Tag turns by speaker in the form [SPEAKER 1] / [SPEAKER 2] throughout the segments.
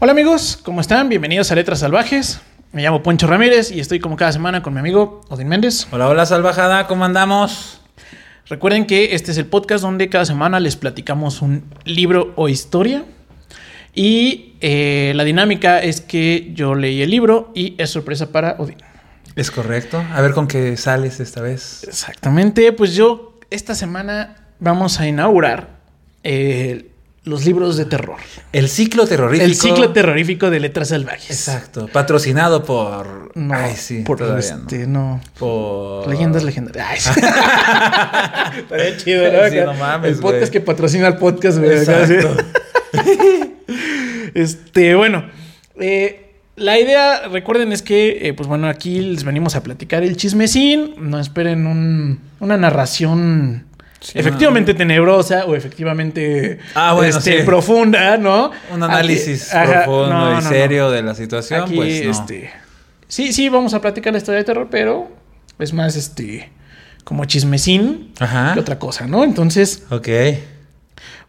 [SPEAKER 1] Hola amigos, ¿cómo están? Bienvenidos a Letras Salvajes. Me llamo Poncho Ramírez y estoy como cada semana con mi amigo Odín Méndez.
[SPEAKER 2] Hola, hola, salvajada, ¿cómo andamos?
[SPEAKER 1] Recuerden que este es el podcast donde cada semana les platicamos un libro o historia. Y eh, la dinámica es que yo leí el libro y es sorpresa para Odín.
[SPEAKER 2] Es correcto. A ver con qué sales esta vez.
[SPEAKER 1] Exactamente, pues yo esta semana vamos a inaugurar eh, los libros de terror.
[SPEAKER 2] El ciclo terrorífico.
[SPEAKER 1] El ciclo terrorífico de letras salvajes.
[SPEAKER 2] Exacto. Patrocinado por.
[SPEAKER 1] No,
[SPEAKER 2] Ay, sí.
[SPEAKER 1] por
[SPEAKER 2] todavía no.
[SPEAKER 1] este, no.
[SPEAKER 2] Por.
[SPEAKER 1] Leyendas legendarias. Ay, sí. Oh. Estaría chido,
[SPEAKER 2] Sí,
[SPEAKER 1] ¿no? Acá,
[SPEAKER 2] no mames,
[SPEAKER 1] El podcast
[SPEAKER 2] güey.
[SPEAKER 1] que patrocina el podcast, güey. acá,
[SPEAKER 2] Exacto.
[SPEAKER 1] sí. Este, bueno. eh, la idea, recuerden, es que, eh, pues bueno, aquí les venimos a platicar el chismecín. No esperen un- una narración
[SPEAKER 2] Sí,
[SPEAKER 1] efectivamente tenebrosa o efectivamente
[SPEAKER 2] Ah, bueno,
[SPEAKER 1] este,
[SPEAKER 2] sí.
[SPEAKER 1] profunda, ¿no?
[SPEAKER 2] Un análisis
[SPEAKER 1] Aquí- ajá,
[SPEAKER 2] profundo
[SPEAKER 1] no,
[SPEAKER 2] y
[SPEAKER 1] no, no.
[SPEAKER 2] serio de la situación.
[SPEAKER 1] Aquí,
[SPEAKER 2] pues no.
[SPEAKER 1] este. Sí, sí, vamos a platicar la historia de terror, pero es más, este. Como chismecín
[SPEAKER 2] Ajá.
[SPEAKER 1] que otra cosa, ¿no? Entonces,
[SPEAKER 2] Ok.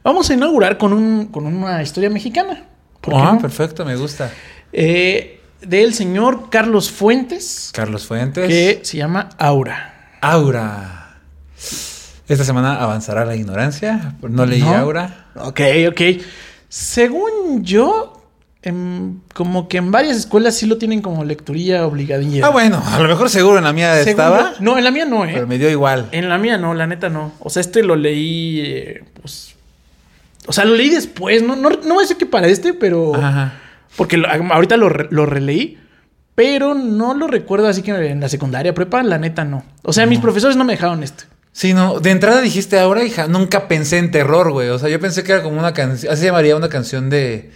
[SPEAKER 1] vamos a inaugurar con, un, con una historia mexicana. ¿Por qué
[SPEAKER 2] Ah,
[SPEAKER 1] no?
[SPEAKER 2] perfecto, me gusta.
[SPEAKER 1] Eh, del señor Carlos Fuentes,
[SPEAKER 2] Carlos Fuentes.
[SPEAKER 1] que se llama Aura.
[SPEAKER 2] Aura. Esta semana avanzará la ignorancia. No leí
[SPEAKER 1] ¿No?
[SPEAKER 2] Aura.
[SPEAKER 1] Ok, ok. Según yo, em, como que en varias escuelas sí lo tienen como lecturilla obligadilla.
[SPEAKER 2] Ah, bueno, a lo mejor seguro en la mía
[SPEAKER 1] Según
[SPEAKER 2] estaba.
[SPEAKER 1] yo- no, en la mía no, ¿eh?
[SPEAKER 2] Pero me dio igual.
[SPEAKER 1] En la mía no, la neta no. O sea, este lo leí, eh, pues... O sea, lo leí después. No, no, no voy a decir que para este, pero...
[SPEAKER 2] Ajá.
[SPEAKER 1] Porque lo- ah, ahorita lo, re- lo releí, pero no lo recuerdo así que en la secundaria prepa, la neta no. O sea, mis profesores no me dejaron este. esto.
[SPEAKER 2] Sí, no, de entrada dijiste ahora, hija, nunca pensé en terror, güey. O sea, yo pensé que era como una canción, así se llamaría una canción de,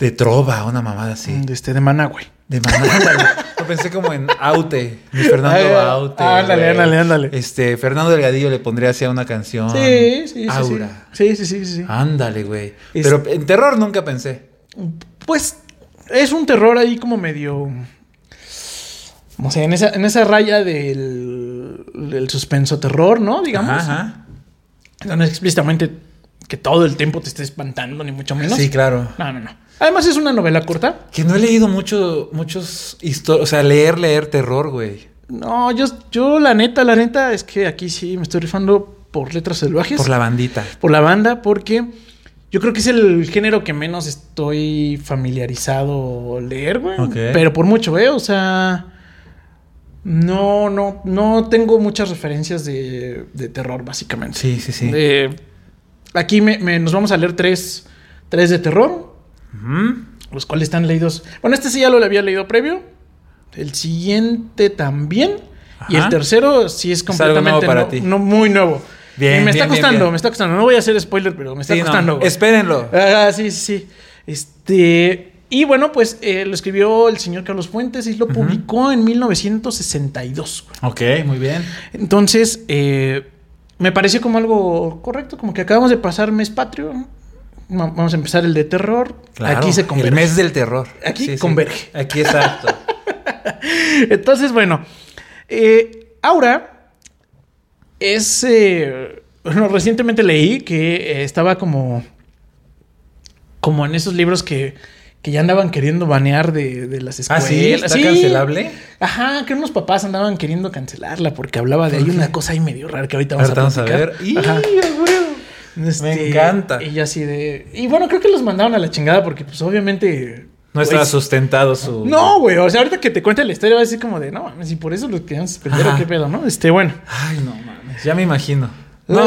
[SPEAKER 2] de trova, una mamada así.
[SPEAKER 1] De este, de maná, güey.
[SPEAKER 2] De mamada, güey. Yo pensé como en Aute, de Fernando
[SPEAKER 1] Ay,
[SPEAKER 2] Aute.
[SPEAKER 1] ándale,
[SPEAKER 2] güey.
[SPEAKER 1] ándale, ándale.
[SPEAKER 2] Este, Fernando Delgadillo le pondría así a una canción.
[SPEAKER 1] Sí, sí, sí.
[SPEAKER 2] Aura. Ah.
[SPEAKER 1] Sí, sí, sí, sí. sí.
[SPEAKER 2] Ándale, güey.
[SPEAKER 1] Es-
[SPEAKER 2] Pero en terror nunca pensé.
[SPEAKER 1] Pues es un terror ahí como medio... No sé, en esa, en esa raya del, del suspenso terror, ¿no? Digamos.
[SPEAKER 2] Ajá,
[SPEAKER 1] No, no es explícitamente que todo el tiempo te esté espantando, ni mucho
[SPEAKER 2] ajá.
[SPEAKER 1] menos.
[SPEAKER 2] Sí, claro.
[SPEAKER 1] No, no, no. Además es una novela corta.
[SPEAKER 2] Que no he leído mucho, muchos historias, o sea, leer, leer terror, güey.
[SPEAKER 1] No, yo, yo la neta, la neta es que aquí sí me estoy rifando por letras salvajes.
[SPEAKER 2] Por la bandita.
[SPEAKER 1] por la banda, porque yo creo que es el género que menos estoy familiarizado leer, güey.
[SPEAKER 2] Ok.
[SPEAKER 1] Pero por mucho, ¿eh? O sea, no, no, no tengo muchas referencias de, de terror, básicamente.
[SPEAKER 2] Sí, sí, sí.
[SPEAKER 1] Eh, aquí me- me- nos vamos a leer tres, tres de terror.
[SPEAKER 2] Ujú.
[SPEAKER 1] los cuales están leídos. Bueno, este sí ya lo había leído previo. El siguiente también. Y
[SPEAKER 2] Ajá.
[SPEAKER 1] el tercero sí es
[SPEAKER 2] Es algo
[SPEAKER 1] completamente
[SPEAKER 2] nuevo para
[SPEAKER 1] no-
[SPEAKER 2] ti.
[SPEAKER 1] no- muy nuevo.
[SPEAKER 2] Bien,
[SPEAKER 1] y me está
[SPEAKER 2] bien, bien,
[SPEAKER 1] costando,
[SPEAKER 2] bien.
[SPEAKER 1] me está costando. No voy a hacer spoiler, pero me está
[SPEAKER 2] Sí, no,
[SPEAKER 1] costando. güey.
[SPEAKER 2] Espérenlo.
[SPEAKER 1] Ah, sí, sí, sí. Este. Y bueno, pues eh, lo escribió el señor Carlos Fuentes y lo publicó en 1962. güey.
[SPEAKER 2] Ok, muy bien.
[SPEAKER 1] Entonces, eh, me pareció como algo correcto, como que acabamos de pasar mes patrio. ¿no? Va- Vamos a empezar el de terror.
[SPEAKER 2] Claro,
[SPEAKER 1] Aquí se converge.
[SPEAKER 2] El mes del terror.
[SPEAKER 1] Aquí converge.
[SPEAKER 2] Aquí exacto.
[SPEAKER 1] Entonces, bueno, eh, Aura es. eh, bueno, recientemente leí que eh, estaba como. Como en esos libros que, que ya andaban queriendo banear de, de las
[SPEAKER 2] ah,
[SPEAKER 1] escuelas.
[SPEAKER 2] sí, está cancelable.
[SPEAKER 1] Ajá, que unos papás andaban queriendo cancelarla porque hablaba de ahí
[SPEAKER 2] ¿Por qué?
[SPEAKER 1] una cosa ahí medio rara que ahorita vamos,
[SPEAKER 2] Ahorita vamos a
[SPEAKER 1] platicar.
[SPEAKER 2] ver. ¡Ih,
[SPEAKER 1] Ajá.
[SPEAKER 2] a huevo!
[SPEAKER 1] Este,
[SPEAKER 2] encanta.
[SPEAKER 1] Y yo así de. Y bueno, creo que los mandaron a la chingada porque, pues, obviamente. pues,
[SPEAKER 2] No estaba
[SPEAKER 1] güey,
[SPEAKER 2] sustentado su.
[SPEAKER 1] no, güey. O sea, ahorita que te cuente la historia, va a decir como de no mames, y por eso los querían suspender, ¿o
[SPEAKER 2] Ajá.
[SPEAKER 1] qué pedo, ¿no? Este, bueno.
[SPEAKER 2] Ay, no mames. Ya me imagino. No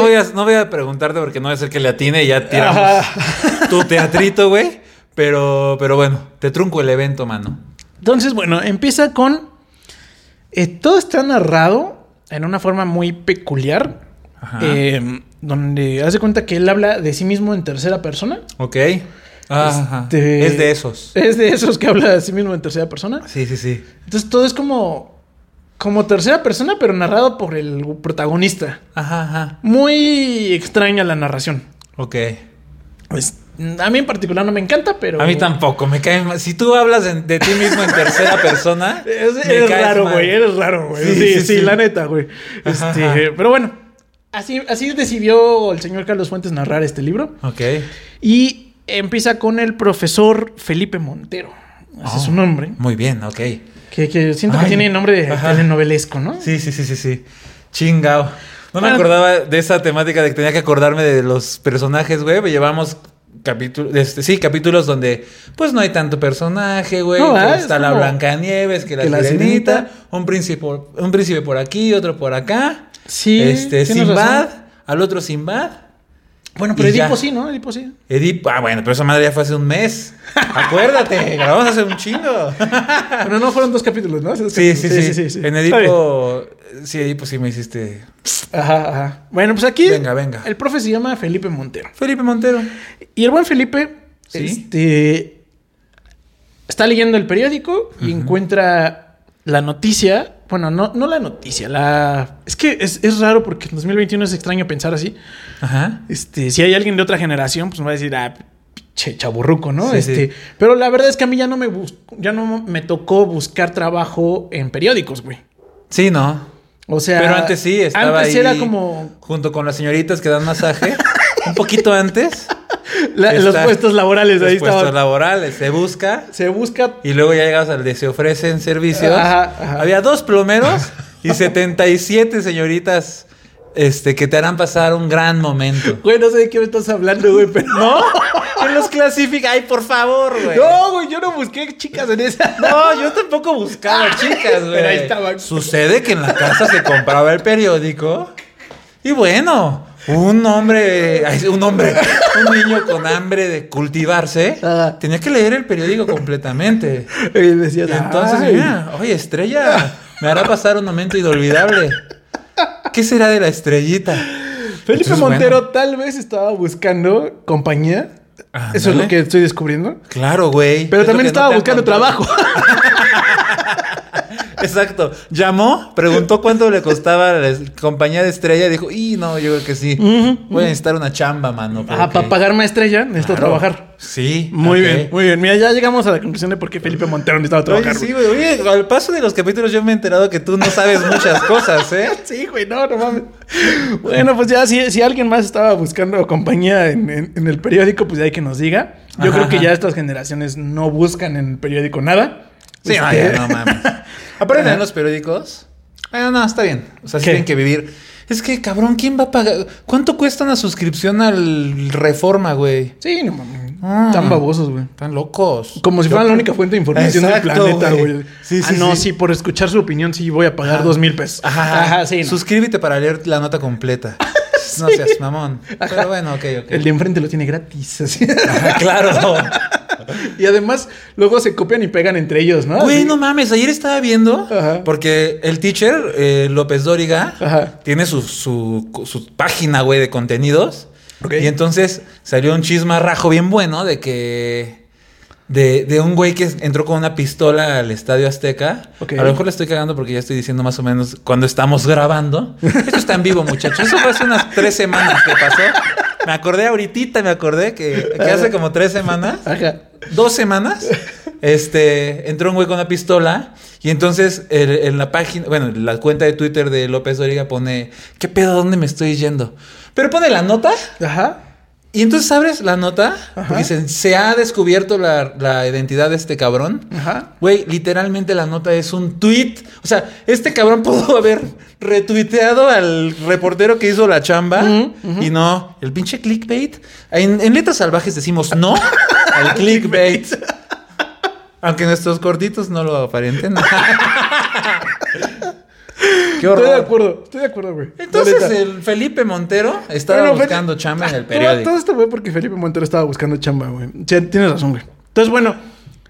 [SPEAKER 1] Güey.
[SPEAKER 2] voy, a, no voy a preguntarte porque no voy a ser que le atine y ya tiramos
[SPEAKER 1] Ajá.
[SPEAKER 2] tu teatrito, güey. Pero, pero bueno, te trunco el evento, mano.
[SPEAKER 1] Entonces, bueno, empieza con. eh, todo está narrado en una forma muy peculiar.
[SPEAKER 2] Ajá.
[SPEAKER 1] eh, donde hace cuenta que él habla de sí mismo en tercera persona.
[SPEAKER 2] Ok. Ah, Ajá.
[SPEAKER 1] Este-
[SPEAKER 2] Es de esos.
[SPEAKER 1] Es de esos que habla de sí mismo en tercera persona.
[SPEAKER 2] Sí, sí, sí.
[SPEAKER 1] Entonces todo es como. como tercera persona, pero narrado por el protagonista.
[SPEAKER 2] Ajá, ajá.
[SPEAKER 1] Muy extraña la narración.
[SPEAKER 2] Ok.
[SPEAKER 1] Pues, a mí en particular no me encanta, pero.
[SPEAKER 2] A mí tampoco, me cae mal. Si tú hablas en- de ti mismo en tercera persona,
[SPEAKER 1] Es,
[SPEAKER 2] me
[SPEAKER 1] eres
[SPEAKER 2] caes
[SPEAKER 1] raro,
[SPEAKER 2] mal.
[SPEAKER 1] güey. Eres raro, güey. Sí
[SPEAKER 2] Sí,
[SPEAKER 1] sí,
[SPEAKER 2] sí, sí.
[SPEAKER 1] la neta, güey.
[SPEAKER 2] Ajá,
[SPEAKER 1] Este,
[SPEAKER 2] ajá.
[SPEAKER 1] pero bueno, así, así decidió el señor Carlos Fuentes narrar este libro.
[SPEAKER 2] Ok.
[SPEAKER 1] Y empieza con el profesor Felipe Montero. Ese es su nombre.
[SPEAKER 2] Muy bien, ok.
[SPEAKER 1] Que, que siento que
[SPEAKER 2] Oh. Ay,
[SPEAKER 1] tiene nombre de
[SPEAKER 2] ajá.
[SPEAKER 1] telenovelesco, ¿no?
[SPEAKER 2] Sí, sí, sí, sí, sí. Chingao. No me
[SPEAKER 1] Bueno.
[SPEAKER 2] acordaba de esa temática de que tenía que acordarme de los personajes, güey. pero Llevamos capítulos, este, sí, capítulos donde pues no hay tanto personaje, güey.
[SPEAKER 1] No,
[SPEAKER 2] que
[SPEAKER 1] ¿verdad?
[SPEAKER 2] está
[SPEAKER 1] Es
[SPEAKER 2] la
[SPEAKER 1] como-
[SPEAKER 2] Blancanieves, que la,
[SPEAKER 1] que la
[SPEAKER 2] sirenita,
[SPEAKER 1] sirenita.
[SPEAKER 2] un príncipe, por- un príncipe por aquí, otro por acá.
[SPEAKER 1] Sí,
[SPEAKER 2] este,
[SPEAKER 1] tienes
[SPEAKER 2] Sinbad,
[SPEAKER 1] razón.
[SPEAKER 2] al otro Sinbad.
[SPEAKER 1] Bueno, pero
[SPEAKER 2] Y ya.
[SPEAKER 1] Edipo sí, ¿no? Edipo sí.
[SPEAKER 2] Edipo, ah, bueno, pero esa madre ya fue hace un mes. Acuérdate, grabamos hace un chingo.
[SPEAKER 1] Pero no fueron dos capítulos, ¿no?
[SPEAKER 2] Ah. Sí, sí, sí. En
[SPEAKER 1] Está bien.
[SPEAKER 2] Edipo, sí, Edipo sí me hiciste.
[SPEAKER 1] Ajá, ajá. Bueno, pues aquí.
[SPEAKER 2] Venga, venga.
[SPEAKER 1] El profe se llama Felipe Montero.
[SPEAKER 2] Felipe Montero.
[SPEAKER 1] Y el buen Felipe.
[SPEAKER 2] Sí.
[SPEAKER 1] Este. Está leyendo el periódico y encuentra la noticia. Bueno, no, no la noticia, la. Es que es, es raro porque en 2021 es extraño pensar así.
[SPEAKER 2] Ajá.
[SPEAKER 1] Este, si hay alguien de otra generación, pues me va a decir, ah, che, chaburruco, ¿no?
[SPEAKER 2] Sí,
[SPEAKER 1] este,
[SPEAKER 2] sí.
[SPEAKER 1] pero la verdad es que a mí ya no me bus- ya no me tocó buscar trabajo en periódicos, güey.
[SPEAKER 2] Sí, no.
[SPEAKER 1] O sea,
[SPEAKER 2] Pero antes sí, estaba
[SPEAKER 1] antes
[SPEAKER 2] ahí
[SPEAKER 1] era como
[SPEAKER 2] junto con las señoritas que dan masaje. un poquito antes.
[SPEAKER 1] la- los
[SPEAKER 2] Está-
[SPEAKER 1] puestos laborales,
[SPEAKER 2] los
[SPEAKER 1] ahí
[SPEAKER 2] puestos
[SPEAKER 1] estaba.
[SPEAKER 2] laborales se busca
[SPEAKER 1] Se busca
[SPEAKER 2] y luego ya llegas al de se ofrecen servicios.
[SPEAKER 1] Ajá, ajá.
[SPEAKER 2] Había dos plomeros y 77 señoritas este que te harán pasar un gran momento.
[SPEAKER 1] Güey, no sé de qué me estás hablando, güey, pero no.
[SPEAKER 2] ¿Quién los clasifica? Ay, por favor, güey.
[SPEAKER 1] No, güey, yo no busqué chicas en esa.
[SPEAKER 2] No, yo tampoco buscaba chicas, güey.
[SPEAKER 1] Pero ahí estaban.
[SPEAKER 2] Sucede que en la casa se compraba el periódico. Y bueno, un hombre, ay, un hombre, un niño con hambre de cultivarse,
[SPEAKER 1] Ajá.
[SPEAKER 2] tenía que leer el periódico completamente.
[SPEAKER 1] Y decías,
[SPEAKER 2] Y entonces,
[SPEAKER 1] "Ay".
[SPEAKER 2] mira, oye, estrella, me hará pasar un momento inolvidable. ¿Qué será de la estrellita?
[SPEAKER 1] Felipe
[SPEAKER 2] Entonces,
[SPEAKER 1] Montero
[SPEAKER 2] bueno,
[SPEAKER 1] tal vez estaba buscando compañía.
[SPEAKER 2] Ándale.
[SPEAKER 1] Eso es lo que estoy descubriendo.
[SPEAKER 2] claro, güey.
[SPEAKER 1] Pero
[SPEAKER 2] Es lo
[SPEAKER 1] también
[SPEAKER 2] que no
[SPEAKER 1] estaba
[SPEAKER 2] te han
[SPEAKER 1] buscando
[SPEAKER 2] contado.
[SPEAKER 1] trabajo.
[SPEAKER 2] Exacto. Llamó, preguntó cuánto le costaba la es- compañía de estrella y dijo, y no, yo creo que sí. Voy a necesitar una chamba, mano.
[SPEAKER 1] Ah,
[SPEAKER 2] porque-
[SPEAKER 1] para pagar maestra necesito
[SPEAKER 2] Claro.
[SPEAKER 1] trabajar.
[SPEAKER 2] Sí.
[SPEAKER 1] Muy
[SPEAKER 2] ok.
[SPEAKER 1] bien, muy bien. Mira, ya llegamos a la conclusión de por qué Felipe Montero necesitaba
[SPEAKER 2] Oye,
[SPEAKER 1] trabajar.
[SPEAKER 2] sí,
[SPEAKER 1] güey.
[SPEAKER 2] güey. Oye, al paso de los capítulos yo me he enterado que tú no sabes muchas cosas, ¿eh?
[SPEAKER 1] Sí, güey, no, no mames. Bueno, pues ya, si, si alguien más estaba buscando compañía en, en- en el periódico, pues ya hay que nos diga. Yo
[SPEAKER 2] Ajá,
[SPEAKER 1] creo que
[SPEAKER 2] ajá.
[SPEAKER 1] ya estas generaciones no buscan en el periódico nada.
[SPEAKER 2] Sí, no,
[SPEAKER 1] Este,
[SPEAKER 2] ya, no mames. Aparte de los periódicos. Bueno, no, está bien. O sea, sí
[SPEAKER 1] ¿Qué?
[SPEAKER 2] tienen que vivir. Es que, cabrón, ¿quién va a pagar? ¿Cuánto cuesta una suscripción al Reforma, güey?
[SPEAKER 1] Sí, no mames.
[SPEAKER 2] Ah.
[SPEAKER 1] Tan babosos, güey.
[SPEAKER 2] Están locos.
[SPEAKER 1] Como si fueran la única fuente de información
[SPEAKER 2] Exacto,
[SPEAKER 1] del planeta,
[SPEAKER 2] güey.
[SPEAKER 1] güey.
[SPEAKER 2] Sí,
[SPEAKER 1] ah,
[SPEAKER 2] sí,
[SPEAKER 1] no,
[SPEAKER 2] sí.
[SPEAKER 1] sí. por escuchar su opinión sí voy a pagar
[SPEAKER 2] Ajá.
[SPEAKER 1] dos mil pesos.
[SPEAKER 2] Ajá,
[SPEAKER 1] sí. no.
[SPEAKER 2] Suscríbete para leer la nota completa. No seas mamón. Pero bueno, ok, ok.
[SPEAKER 1] El de enfrente lo tiene gratis. así.
[SPEAKER 2] Ajá, claro.
[SPEAKER 1] Y además, luego se copian y pegan entre ellos, ¿no?
[SPEAKER 2] Güey,
[SPEAKER 1] Así.
[SPEAKER 2] no mames, ayer estaba viendo
[SPEAKER 1] Ajá.
[SPEAKER 2] porque el teacher eh, López Dóriga
[SPEAKER 1] Ajá.
[SPEAKER 2] tiene su, su, su página, güey, de contenidos.
[SPEAKER 1] Ok.
[SPEAKER 2] Y entonces salió un chismarrajo bien bueno de que. De, de un güey que entró con una pistola al Estadio Azteca.
[SPEAKER 1] Ok.
[SPEAKER 2] A lo mejor le estoy cagando porque ya estoy diciendo más o menos cuando estamos grabando. Esto está en vivo, muchachos. Eso fue hace unas tres semanas que pasó. Me acordé ahorita, me acordé que, que hace como tres semanas
[SPEAKER 1] Ajá.
[SPEAKER 2] dos semanas, este, entró un güey con una pistola y entonces el- en la página, bueno, en la cuenta de Twitter de López Dóriga pone, ¿qué pedo? ¿A ¿Dónde me estoy yendo? Pero pone la nota
[SPEAKER 1] Ajá.
[SPEAKER 2] y entonces abres la nota
[SPEAKER 1] Ajá.
[SPEAKER 2] porque dicen, se ha descubierto la, la identidad de este cabrón.
[SPEAKER 1] Ajá.
[SPEAKER 2] Güey, literalmente la nota es un tweet. O sea, este cabrón pudo haber retuiteado al reportero que hizo la chamba.
[SPEAKER 1] Ujú, ujú.
[SPEAKER 2] Y no, el pinche clickbait. En, en letras salvajes decimos no al clickbait. Aunque nuestros gorditos no lo aparenten. Qué
[SPEAKER 1] Estoy de
[SPEAKER 2] horror.
[SPEAKER 1] acuerdo, estoy de acuerdo, güey. La
[SPEAKER 2] Entonces
[SPEAKER 1] neta.
[SPEAKER 2] el Felipe Montero estaba
[SPEAKER 1] Bueno, Fel-
[SPEAKER 2] buscando chamba en el
[SPEAKER 1] Todo, todo
[SPEAKER 2] periódico.
[SPEAKER 1] esto fue porque Felipe Montero estaba buscando chamba, güey. Sí, tienes razón, güey. Entonces, bueno,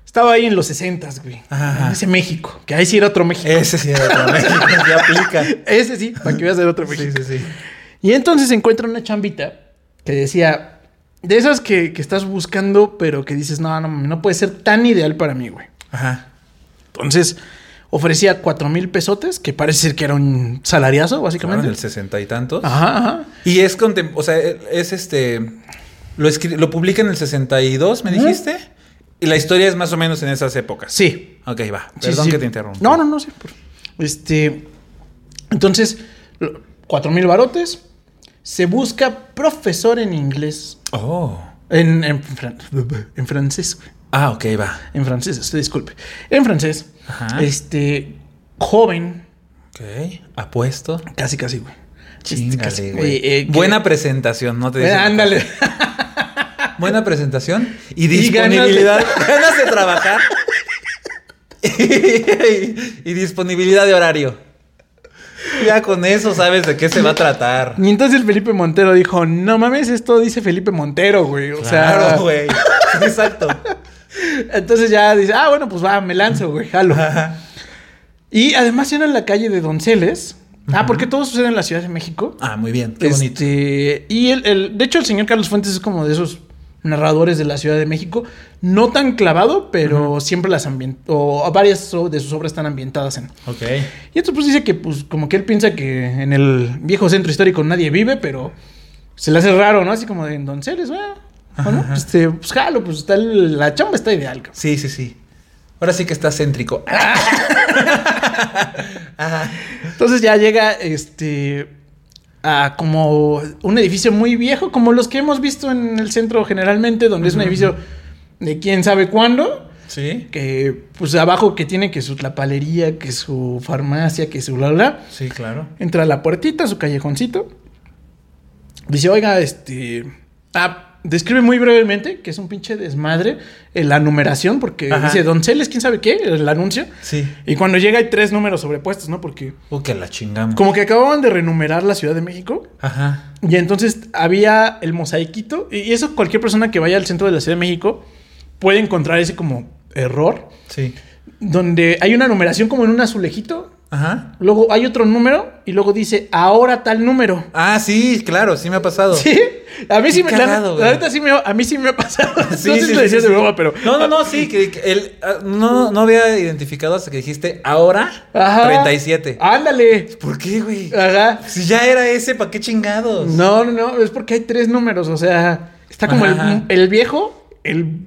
[SPEAKER 1] estaba ahí en los 60, güey.
[SPEAKER 2] Ajá.
[SPEAKER 1] En ese México, que ahí sí era otro México.
[SPEAKER 2] Ese sí era otro México, ya aplica.
[SPEAKER 1] Ese sí, para que veas era otro México.
[SPEAKER 2] Sí, sí, sí.
[SPEAKER 1] Y entonces encuentra una chambita que decía, de esas que, que estás buscando, pero que dices, no, no, no puede ser tan ideal para mí, güey.
[SPEAKER 2] Ajá.
[SPEAKER 1] Entonces ofrecía cuatro mil pesotes, que parece ser que era un salariazo,
[SPEAKER 2] Claro, en
[SPEAKER 1] básicamente.
[SPEAKER 2] el sesenta y tantos.
[SPEAKER 1] Ajá, ajá.
[SPEAKER 2] Y es contem- o sea, e-, es este lo escri- lo publica en el 62, me
[SPEAKER 1] Ujú.
[SPEAKER 2] dijiste? Y la historia es más o menos en esas épocas.
[SPEAKER 1] Sí,
[SPEAKER 2] Ok, va.
[SPEAKER 1] Sí,
[SPEAKER 2] Perdón
[SPEAKER 1] sí.
[SPEAKER 2] que te interrumpa.
[SPEAKER 1] No, no, no, sí. por- Este. Entonces, lo- cuatro mil barotes. Se busca profesor en inglés.
[SPEAKER 2] Oh.
[SPEAKER 1] En, en, fran- en francés, güey.
[SPEAKER 2] Ah, ok, va.
[SPEAKER 1] En francés, este, disculpe. En francés,
[SPEAKER 2] Ajá.
[SPEAKER 1] este joven,
[SPEAKER 2] Ok, apuesto.
[SPEAKER 1] casi, casi, güey. Este,
[SPEAKER 2] Chingale,
[SPEAKER 1] casi,
[SPEAKER 2] güey.
[SPEAKER 1] eh, eh, que-
[SPEAKER 2] Buena presentación, no te
[SPEAKER 1] Eh,
[SPEAKER 2] dicen otra
[SPEAKER 1] ándale.
[SPEAKER 2] cosa. Buena presentación y
[SPEAKER 1] Y ganas de-
[SPEAKER 2] disponibilidad. Ganas de trabajar. y, y disponibilidad de horario. Ya con eso sabes de qué se va a tratar.
[SPEAKER 1] Y entonces el Felipe Montero dijo, no mames, esto dice Felipe Montero, güey. O sea,
[SPEAKER 2] Claro, güey. Exacto.
[SPEAKER 1] entonces ya dice, ah, bueno, pues va, me lanzo, güey, jalo.
[SPEAKER 2] Ajá.
[SPEAKER 1] Y además era en la calle de Donceles. Ah, porque todo sucede en la Ciudad de México.
[SPEAKER 2] Ah, muy bien. Qué bonito.
[SPEAKER 1] Este, y el, el- de hecho, el señor Carlos Fuentes es como de esos narradores de la Ciudad de México, no tan clavado, pero siempre las ambientó, o varias so- de sus obras están ambientadas en.
[SPEAKER 2] Ok.
[SPEAKER 1] Y entonces pues dice que pues como que él piensa que en el viejo centro histórico nadie vive, pero se le hace raro, ¿no? Así como de en Donceles, güey. ¿O no? Este, pues jalo, pues está el- la chamba está ideal. cabrón.
[SPEAKER 2] Sí, sí, sí. Ahora sí que está céntrico. Ajá.
[SPEAKER 1] Entonces ya llega este a como un edificio muy viejo, como los que hemos visto en el centro generalmente, donde es un edificio de quién sabe cuándo,
[SPEAKER 2] Sí.
[SPEAKER 1] que pues abajo que tiene que su tlapalería, que su farmacia, que su bla bla.
[SPEAKER 2] Sí, claro.
[SPEAKER 1] Entra a la puertita, su callejoncito. Dice, oiga, este... Ah, describe muy brevemente que es un pinche desmadre eh, la numeración, porque
[SPEAKER 2] Ajá.
[SPEAKER 1] dice Donceles, quién sabe qué, el anuncio.
[SPEAKER 2] Sí.
[SPEAKER 1] Y cuando llega hay tres números sobrepuestos, ¿no? Porque
[SPEAKER 2] Uh, que la chingamos.
[SPEAKER 1] como que acababan de renumerar la Ciudad de México.
[SPEAKER 2] Ajá.
[SPEAKER 1] Y entonces había el mosaiquito. Y y eso cualquier persona que vaya al centro de la Ciudad de México puede encontrar ese como error.
[SPEAKER 2] Sí.
[SPEAKER 1] Donde hay una numeración como en un azulejito.
[SPEAKER 2] Ajá.
[SPEAKER 1] Luego hay otro número y luego dice ahora tal número.
[SPEAKER 2] Ah, sí, claro, sí me ha pasado.
[SPEAKER 1] Sí, a mí sí me, la-
[SPEAKER 2] cagado,
[SPEAKER 1] la,
[SPEAKER 2] güey.
[SPEAKER 1] neta sí me, a mí sí me ha pasado.
[SPEAKER 2] Sí,
[SPEAKER 1] Entonces
[SPEAKER 2] sí,
[SPEAKER 1] lo
[SPEAKER 2] sí,
[SPEAKER 1] decías
[SPEAKER 2] sí,
[SPEAKER 1] de
[SPEAKER 2] sí.
[SPEAKER 1] broma, pero
[SPEAKER 2] No, no, no, sí, que, que el, ah, no, no había identificado hasta que dijiste ahora
[SPEAKER 1] Ajá.
[SPEAKER 2] 37.
[SPEAKER 1] Ándale.
[SPEAKER 2] ¿Por qué, güey?
[SPEAKER 1] Ajá.
[SPEAKER 2] Si ya era ese, ¿para qué chingados?
[SPEAKER 1] No, no, no, es porque hay tres números, o sea, está como el,
[SPEAKER 2] Ajá.
[SPEAKER 1] el viejo, el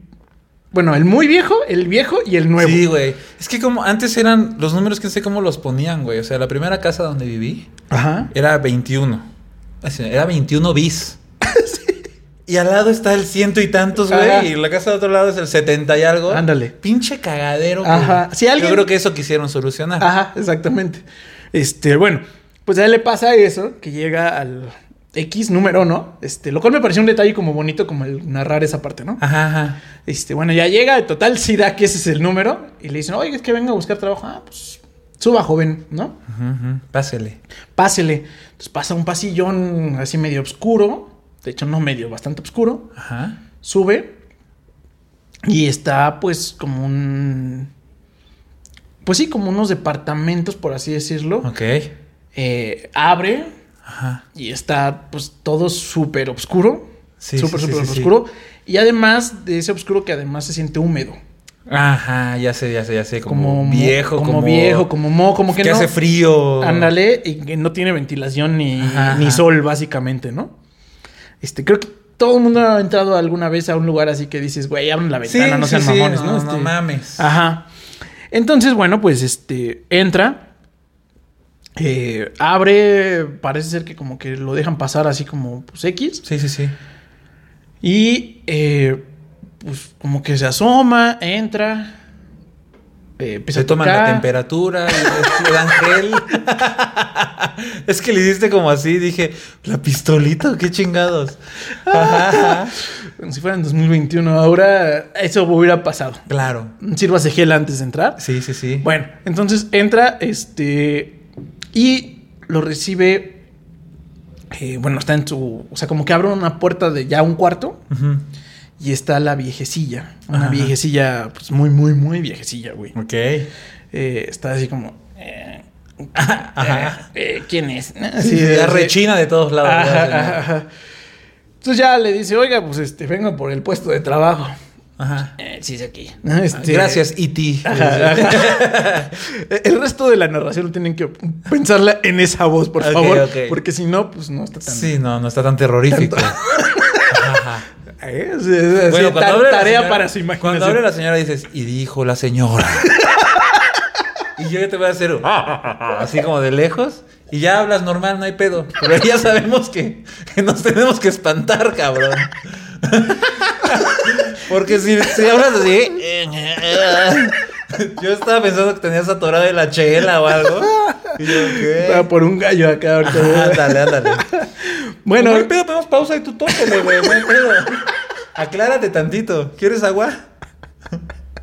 [SPEAKER 1] bueno, el muy viejo, el viejo y el nuevo.
[SPEAKER 2] Sí, güey. Es que como antes eran los números que no sé cómo los ponían, güey. O sea, la primera casa donde viví
[SPEAKER 1] Ajá.
[SPEAKER 2] era 21. O sea, Era 21 bis. Y al lado está el ciento y tantos,
[SPEAKER 1] Ajá.
[SPEAKER 2] güey. Y la casa de otro lado es el 70 y algo.
[SPEAKER 1] Ándale.
[SPEAKER 2] Pinche cagadero, güey.
[SPEAKER 1] Ajá. Si alguien- Ah.
[SPEAKER 2] Yo creo que eso quisieron solucionar.
[SPEAKER 1] Ajá, exactamente. Este, bueno, pues a él le pasa eso, que llega al X número, ¿no? Este, lo cual me pareció un detalle como bonito como el narrar esa parte, ¿no?
[SPEAKER 2] Ajá, ajá.
[SPEAKER 1] Este, bueno, ya llega, total, sí da que ese es el número. Y le dicen, oye, es que venga a buscar trabajo. Ah, pues suba, joven, ¿no?
[SPEAKER 2] Ujú, ujú. Pásele.
[SPEAKER 1] Pásele. Entonces pasa un pasillón así medio oscuro. De hecho, no medio, bastante oscuro.
[SPEAKER 2] Ajá.
[SPEAKER 1] Sube. Y está, pues, como un. Pues sí, como unos departamentos, por así decirlo.
[SPEAKER 2] Ok.
[SPEAKER 1] Eh, abre.
[SPEAKER 2] Ajá.
[SPEAKER 1] Y está, pues, todo súper oscuro.
[SPEAKER 2] Sí,
[SPEAKER 1] súper,
[SPEAKER 2] sí, sí,
[SPEAKER 1] súper
[SPEAKER 2] sí, sí.
[SPEAKER 1] oscuro. Y además de ese oscuro que además se siente húmedo.
[SPEAKER 2] Ajá, ya sé, ya sé, ya sé. Como,
[SPEAKER 1] mo-
[SPEAKER 2] viejo, como,
[SPEAKER 1] como, viejo, como mo, como que,
[SPEAKER 2] que
[SPEAKER 1] no.
[SPEAKER 2] hace frío.
[SPEAKER 1] Ándale, y que no tiene ventilación ni,
[SPEAKER 2] Ajá,
[SPEAKER 1] ni
[SPEAKER 2] ajá.
[SPEAKER 1] sol, básicamente, ¿no? Este, creo que todo el mundo ha entrado alguna vez a un lugar así que dices, güey, abren la
[SPEAKER 2] Sí,
[SPEAKER 1] ventana, no
[SPEAKER 2] sí,
[SPEAKER 1] sean
[SPEAKER 2] sí,
[SPEAKER 1] mamones, ¿no?
[SPEAKER 2] No,
[SPEAKER 1] Este,
[SPEAKER 2] no mames.
[SPEAKER 1] Ajá. Entonces, bueno, pues este, entra. eh, abre, parece ser que como que lo dejan pasar así como pues X.
[SPEAKER 2] Sí, sí, sí.
[SPEAKER 1] Y eh, pues como que se asoma, entra. eh, empieza
[SPEAKER 2] Se
[SPEAKER 1] a
[SPEAKER 2] toman la
[SPEAKER 1] tocar.
[SPEAKER 2] temperatura, le- le dan gel. es que le hiciste como así, dije, ¿la pistolita o qué chingados? Ajá.
[SPEAKER 1] Si fuera en 2021, ahora eso hubiera pasado.
[SPEAKER 2] Claro.
[SPEAKER 1] Sírvase gel antes de entrar.
[SPEAKER 2] Sí, sí, sí.
[SPEAKER 1] Bueno, entonces entra este y lo recibe. eh, bueno, está en su. O sea, como que abre una puerta de ya un cuarto
[SPEAKER 2] Ujú.
[SPEAKER 1] y está la viejecilla. Una
[SPEAKER 2] Ajá.
[SPEAKER 1] viejecilla, pues muy, muy, muy viejecilla, güey.
[SPEAKER 2] Ok.
[SPEAKER 1] Eh, está así como. eh,
[SPEAKER 2] Ajá.
[SPEAKER 1] eh, eh, ¿Quién es?
[SPEAKER 2] Sí, la rechina de todos lados.
[SPEAKER 1] Ajá,
[SPEAKER 2] ¿verdad, señor?
[SPEAKER 1] ajá, ajá. Entonces ya le dice, oiga, pues este, vengo por el puesto de trabajo. Este,
[SPEAKER 2] Ajá.
[SPEAKER 1] Eh, sí, es aquí.
[SPEAKER 2] Gracias, E E.T.
[SPEAKER 1] El resto de la narración tienen que pensarla en esa voz, por
[SPEAKER 2] Ok,
[SPEAKER 1] favor.
[SPEAKER 2] ok.
[SPEAKER 1] Porque si no, pues no está tan.
[SPEAKER 2] Sí, no, no está tan terrorífico. Ajá.
[SPEAKER 1] Eh, es- es- es-
[SPEAKER 2] Bueno,
[SPEAKER 1] es
[SPEAKER 2] cuando
[SPEAKER 1] tan
[SPEAKER 2] hable la
[SPEAKER 1] tarea
[SPEAKER 2] señora-
[SPEAKER 1] para su imaginación.
[SPEAKER 2] Cuando hable la señora dices, y dijo la señora. y yo ya te voy a hacer así como de lejos. Y ya hablas normal, no hay pedo. Pero ya sabemos que, que nos tenemos que espantar, cabrón. Porque si, si hablas así. Yo estaba pensando que tenías atorado de la chela o algo. Y yo, ¿qué?
[SPEAKER 1] Estaba Eh, por un gallo acá ahorita.
[SPEAKER 2] Ándale, ándale.
[SPEAKER 1] Bueno,
[SPEAKER 2] no hay pedo, ponemos pausa y tú tócale, güey. No hay pedo. Aclárate tantito. ¿Quieres agua?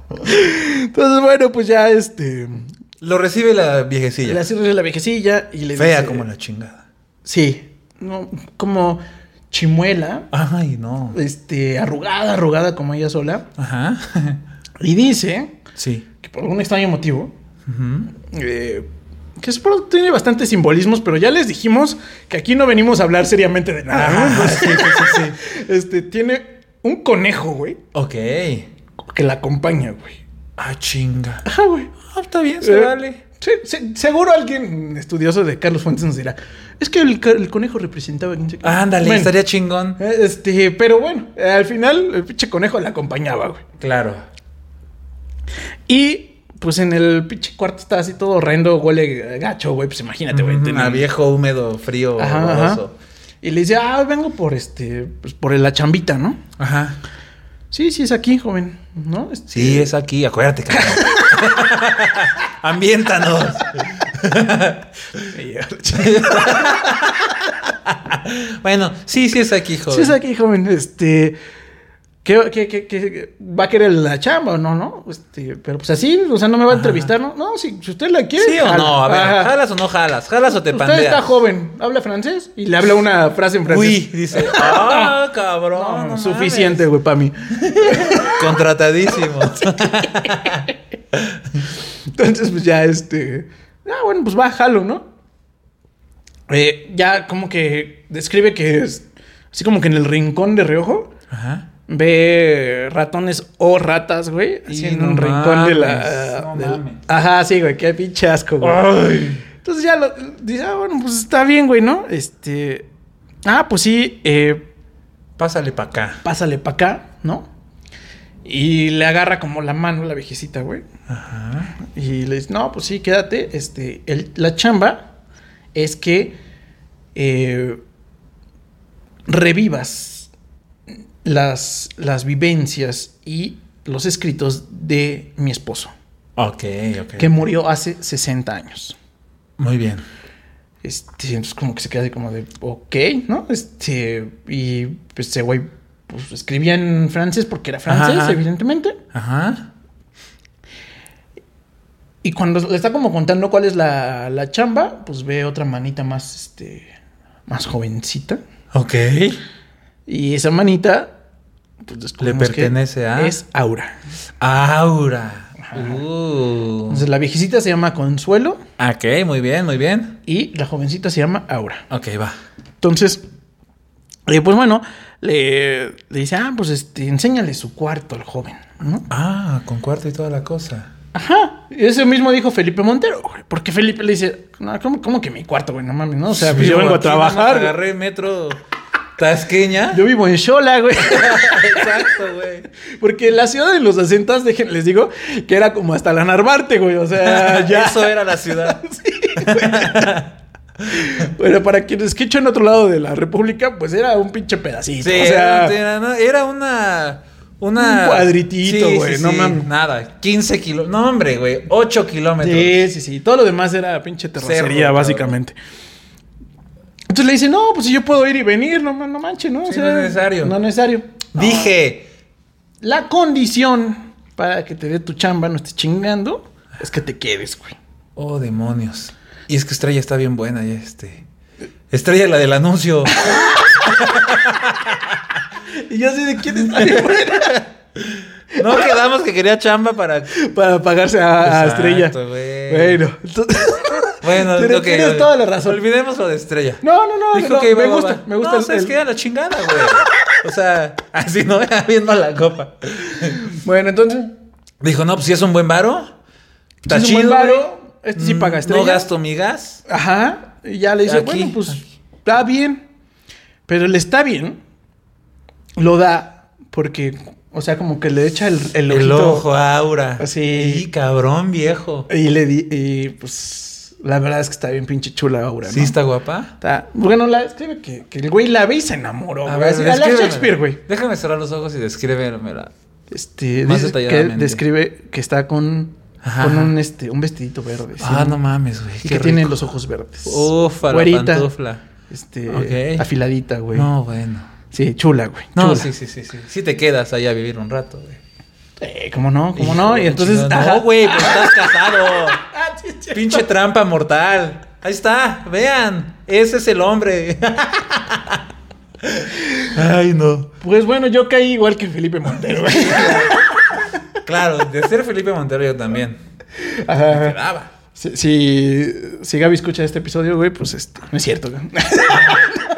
[SPEAKER 1] entonces, bueno, pues ya este.
[SPEAKER 2] Lo recibe la viejecilla.
[SPEAKER 1] Le hace reír a la viejecilla y le
[SPEAKER 2] Fea
[SPEAKER 1] dice-
[SPEAKER 2] como la chingada.
[SPEAKER 1] Sí. No, como chimuela.
[SPEAKER 2] Ay, no.
[SPEAKER 1] Este, arrugada, arrugada como ella sola.
[SPEAKER 2] Ajá.
[SPEAKER 1] Y dice
[SPEAKER 2] Sí.
[SPEAKER 1] que por algún extraño motivo.
[SPEAKER 2] Ujú.
[SPEAKER 1] eh, que es por- tiene bastantes simbolismos, pero ya les dijimos que aquí no venimos a hablar seriamente de nada. ¿no?
[SPEAKER 2] Ah, sí, sí, sí, sí.
[SPEAKER 1] Este, tiene un conejo, güey,
[SPEAKER 2] Ok.
[SPEAKER 1] que la acompaña, güey.
[SPEAKER 2] Ah, chinga.
[SPEAKER 1] Ajá, güey.
[SPEAKER 2] Ah, está bien, se
[SPEAKER 1] Eh,
[SPEAKER 2] vale.
[SPEAKER 1] sí, se- seguro alguien estudioso de Carlos Fuentes nos dirá, es que el, ca- el conejo representaba... quién sabe qué".
[SPEAKER 2] Ándale,
[SPEAKER 1] Bueno,
[SPEAKER 2] estaría chingón.
[SPEAKER 1] eh, Este, pero bueno, eh, al final el pinche conejo la acompañaba, güey.
[SPEAKER 2] Claro.
[SPEAKER 1] Y pues en el pinche cuarto está así todo horrendo, huele eh, gacho, güey. Pues imagínate, güey.
[SPEAKER 2] Ujú,
[SPEAKER 1] tiene-
[SPEAKER 2] A viejo, húmedo, frío,
[SPEAKER 1] Ajá, ajá.
[SPEAKER 2] borroso.
[SPEAKER 1] Y le dice, ah, vengo por este, pues por la chambita, ¿no?
[SPEAKER 2] Ajá.
[SPEAKER 1] Sí, sí, es aquí, joven, ¿no? Este-
[SPEAKER 2] Sí, es aquí, acuérdate, cabrón. Ambiéntanos. bueno, sí, sí es aquí, joven.
[SPEAKER 1] Sí, es aquí, joven. Este. ¿qué, qué, qué- qué- va a querer la chamba o no, no? Este, pero pues así, o sea, no me va a entrevistar, ¿no? No, si, si usted la quiere.
[SPEAKER 2] ¿Sí o
[SPEAKER 1] jala.
[SPEAKER 2] no? A ver,
[SPEAKER 1] Ajá.
[SPEAKER 2] ¿jalas o no jalas? ¿Jalas o te
[SPEAKER 1] Usted
[SPEAKER 2] pandeas?
[SPEAKER 1] está joven, habla francés y le habla una frase en francés.
[SPEAKER 2] Uy, dice. ¡Ah, cabrón!
[SPEAKER 1] No,
[SPEAKER 2] no
[SPEAKER 1] suficiente, güey, para mí.
[SPEAKER 2] mames. Contratadísimo.
[SPEAKER 1] Entonces, pues ya este. Ah, bueno, pues va, jalo, ¿no? Eh, ya como que describe que es. Así como que en el rincón de reojo.
[SPEAKER 2] Ajá.
[SPEAKER 1] Ve ratones o ratas, güey. Así
[SPEAKER 2] Y
[SPEAKER 1] en
[SPEAKER 2] no
[SPEAKER 1] un rincón de
[SPEAKER 2] mames,
[SPEAKER 1] la.
[SPEAKER 2] no
[SPEAKER 1] del-
[SPEAKER 2] mames. Ah.
[SPEAKER 1] Ajá, sí, güey. Qué pinche asco, güey.
[SPEAKER 2] Ay.
[SPEAKER 1] Entonces ya lo, dice, ah, bueno, pues está bien, güey, ¿no? Este. Ah, pues sí, eh,
[SPEAKER 2] Pásale para acá.
[SPEAKER 1] pásale para acá, ¿no? Y le agarra como la mano la viejecita, güey.
[SPEAKER 2] Ajá.
[SPEAKER 1] Y le dice, no, pues sí, quédate. Este, el- la chamba es que eh, revivas las, las vivencias y los escritos de mi esposo,
[SPEAKER 2] Ok, ok.
[SPEAKER 1] que murió hace 60 años.
[SPEAKER 2] Muy bien.
[SPEAKER 1] Este, entonces como que se queda así como de, ok, ¿no? Este, y pues ese güey pues, escribía en francés porque era francés,
[SPEAKER 2] Ajá.
[SPEAKER 1] evidentemente.
[SPEAKER 2] Ajá.
[SPEAKER 1] Y cuando le está como contando cuál es la, la chamba, pues ve otra manita más, este, más jovencita.
[SPEAKER 2] Ok.
[SPEAKER 1] Y esa manita, pues descubrimos
[SPEAKER 2] Le pertenece
[SPEAKER 1] que
[SPEAKER 2] a-
[SPEAKER 1] Es Aura.
[SPEAKER 2] Aura. Uh.
[SPEAKER 1] Entonces la viejecita se llama Consuelo
[SPEAKER 2] Ok, muy bien, muy bien.
[SPEAKER 1] y la jovencita se llama Aura.
[SPEAKER 2] Ok, va.
[SPEAKER 1] Entonces, eh, pues bueno, le, le dice, ah, pues este, enséñale su cuarto al joven, ¿no?
[SPEAKER 2] Ah, con cuarto y toda la cosa.
[SPEAKER 1] Ajá. Y Eso mismo dijo Felipe Montero, güey, Porque Felipe le dice, no, ¿cómo, cómo que mi cuarto, güey? No mames, ¿no? O sea, pues
[SPEAKER 2] Sí,
[SPEAKER 1] yo vengo a
[SPEAKER 2] aquí nada más
[SPEAKER 1] trabajar. güey.
[SPEAKER 2] Agarré metro tasqueña.
[SPEAKER 1] Yo vivo en Xola, güey.
[SPEAKER 2] Exacto, güey.
[SPEAKER 1] Porque la ciudad de los asentas, dejen, les digo, que era como hasta la Narvarte, güey. O sea, Ah, ya.
[SPEAKER 2] Eso era la ciudad.
[SPEAKER 1] Bueno, para quienes que en otro lado de la República, pues era un pinche pedacito.
[SPEAKER 2] Sí,
[SPEAKER 1] o sea,
[SPEAKER 2] era, era- era una. Una.
[SPEAKER 1] Un cuadritito, güey, no mames.
[SPEAKER 2] Nada, 15 kilómetros. No, hombre, güey, 8 kilómetros.
[SPEAKER 1] sí, sí, sí. Todo lo demás era pinche
[SPEAKER 2] Cerro,
[SPEAKER 1] terracería,
[SPEAKER 2] cabrón.
[SPEAKER 1] básicamente. Entonces le dice, no, pues si yo puedo ir y venir, no, ma- no manches, ¿no? O
[SPEAKER 2] Sí, no es necesario.
[SPEAKER 1] No es necesario.
[SPEAKER 2] Dije.
[SPEAKER 1] La condición para que te dé tu chamba, no estés chingando, es que te quedes, güey.
[SPEAKER 2] Oh, demonios. Y es que Estrella está bien buena, ya este. Estrella, la del anuncio.
[SPEAKER 1] Y yo así de quién está de fuera?
[SPEAKER 2] No quedamos que quería chamba para.
[SPEAKER 1] Para pagarse a, a
[SPEAKER 2] Exacto,
[SPEAKER 1] Estrella.
[SPEAKER 2] güey.
[SPEAKER 1] Bueno, entonces.
[SPEAKER 2] Bueno,
[SPEAKER 1] Tienes-
[SPEAKER 2] ok,
[SPEAKER 1] tienes
[SPEAKER 2] ok.
[SPEAKER 1] toda la razón.
[SPEAKER 2] Olvidemos lo de Estrella.
[SPEAKER 1] No, no, no. no,
[SPEAKER 2] iba,
[SPEAKER 1] me,
[SPEAKER 2] va,
[SPEAKER 1] gusta,
[SPEAKER 2] va.
[SPEAKER 1] me gusta,
[SPEAKER 2] No, ¿sabes qué? A la chingada, güey. O sea, así no, viendo la copa.
[SPEAKER 1] Bueno, entonces.
[SPEAKER 2] Dijo, no, pues si es un buen varo. Está
[SPEAKER 1] es un
[SPEAKER 2] chido.
[SPEAKER 1] buen varo,
[SPEAKER 2] güey.
[SPEAKER 1] este sí paga
[SPEAKER 2] Mm,
[SPEAKER 1] estrella.
[SPEAKER 2] No gasto mi gas.
[SPEAKER 1] Ajá. Y ya le dice,
[SPEAKER 2] Aquí,
[SPEAKER 1] bueno, pues
[SPEAKER 2] aquí.
[SPEAKER 1] está bien. Pero el está bien lo da porque, o sea, como que le echa el, el
[SPEAKER 2] El,
[SPEAKER 1] ojito.
[SPEAKER 2] ojo, Aura.
[SPEAKER 1] Así.
[SPEAKER 2] Y cabrón, viejo.
[SPEAKER 1] Y le di, y pues La verdad es que está bien pinche chula Aura.
[SPEAKER 2] ¿Sí
[SPEAKER 1] ¿no?
[SPEAKER 2] está guapa?
[SPEAKER 1] Está- Bueno, la escribe que, que el güey la ve y se enamoró.
[SPEAKER 2] A
[SPEAKER 1] güey.
[SPEAKER 2] ver,
[SPEAKER 1] Así, a la
[SPEAKER 2] descríbemela.
[SPEAKER 1] Shakespeare, güey.
[SPEAKER 2] Déjame cerrar los ojos y descríbemela.
[SPEAKER 1] Este,
[SPEAKER 2] Más
[SPEAKER 1] dices que
[SPEAKER 2] detalladamente.
[SPEAKER 1] describe que está con,
[SPEAKER 2] Ajá.
[SPEAKER 1] con un, este, un vestidito verde. sí.
[SPEAKER 2] Ah, no mames, güey.
[SPEAKER 1] Y
[SPEAKER 2] qué
[SPEAKER 1] que tiene
[SPEAKER 2] rico.
[SPEAKER 1] los ojos verdes.
[SPEAKER 2] Ufa, la
[SPEAKER 1] Güerita,
[SPEAKER 2] pantufla.
[SPEAKER 1] Este,
[SPEAKER 2] Ok.
[SPEAKER 1] afiladita, güey.
[SPEAKER 2] No, bueno.
[SPEAKER 1] Sí, chula, güey.
[SPEAKER 2] No,
[SPEAKER 1] chula.
[SPEAKER 2] sí, sí, sí, sí. Sí te quedas ahí a vivir un rato, güey.
[SPEAKER 1] Eh, ¿Cómo no? ¿Cómo no?
[SPEAKER 2] Híjole,
[SPEAKER 1] Y entonces.
[SPEAKER 2] chingada.
[SPEAKER 1] ajá.
[SPEAKER 2] No, güey, pues estás casado.
[SPEAKER 1] Ah, sí, sí.
[SPEAKER 2] Pinche trampa mortal. Ahí está, vean. Ese es el hombre. Ay, no.
[SPEAKER 1] Pues bueno, yo caí igual que Felipe Montero. güey.
[SPEAKER 2] Claro, de ser Felipe Montero yo también.
[SPEAKER 1] Ajá.
[SPEAKER 2] Quedaba.
[SPEAKER 1] Si, si, si Gaby escucha este episodio, güey, pues este, no es cierto. güey.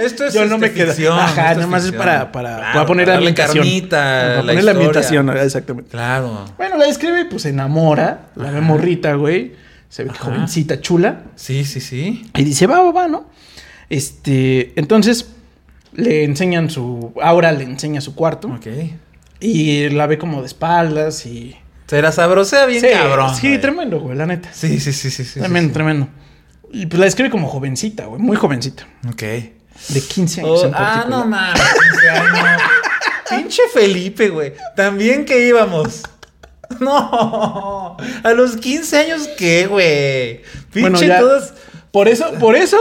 [SPEAKER 2] Esto es
[SPEAKER 1] Yo no
[SPEAKER 2] este,
[SPEAKER 1] me quedo.
[SPEAKER 2] ficción.
[SPEAKER 1] Ajá,
[SPEAKER 2] esto
[SPEAKER 1] nada más es
[SPEAKER 2] ficción.
[SPEAKER 1] para, para,
[SPEAKER 2] Claro,
[SPEAKER 1] para poner la
[SPEAKER 2] para darle
[SPEAKER 1] ambientación.
[SPEAKER 2] carnita,
[SPEAKER 1] para
[SPEAKER 2] la
[SPEAKER 1] poner la
[SPEAKER 2] historia.
[SPEAKER 1] ambientación, ah, exactamente.
[SPEAKER 2] Claro.
[SPEAKER 1] Bueno, la describe, pues se enamora, la ve morrita, güey. Se ve que
[SPEAKER 2] Ajá.
[SPEAKER 1] jovencita, chula.
[SPEAKER 2] Sí, sí, sí.
[SPEAKER 1] Y dice, va, va, va, ¿no? Este, entonces le enseñan su. Ahora le enseña su cuarto.
[SPEAKER 2] Ok.
[SPEAKER 1] Y la ve como de espaldas y.
[SPEAKER 2] Se la sabrosea bien
[SPEAKER 1] Sí,
[SPEAKER 2] cabrón.
[SPEAKER 1] Sí,
[SPEAKER 2] güey.
[SPEAKER 1] tremendo, güey, la neta.
[SPEAKER 2] Sí, sí, sí, sí. sí
[SPEAKER 1] tremendo,
[SPEAKER 2] sí,
[SPEAKER 1] tremendo. Y pues la describe como jovencita, güey, muy jovencita.
[SPEAKER 2] sí. Ok.
[SPEAKER 1] De 15 años.
[SPEAKER 2] Oh,
[SPEAKER 1] en
[SPEAKER 2] ah,
[SPEAKER 1] particular.
[SPEAKER 2] no mames. o sea, no. Pinche Felipe, güey. También que íbamos. No. A los 15 años, ¿qué, güey? Pinche
[SPEAKER 1] Bueno, ya-
[SPEAKER 2] todas.
[SPEAKER 1] Por eso, por eso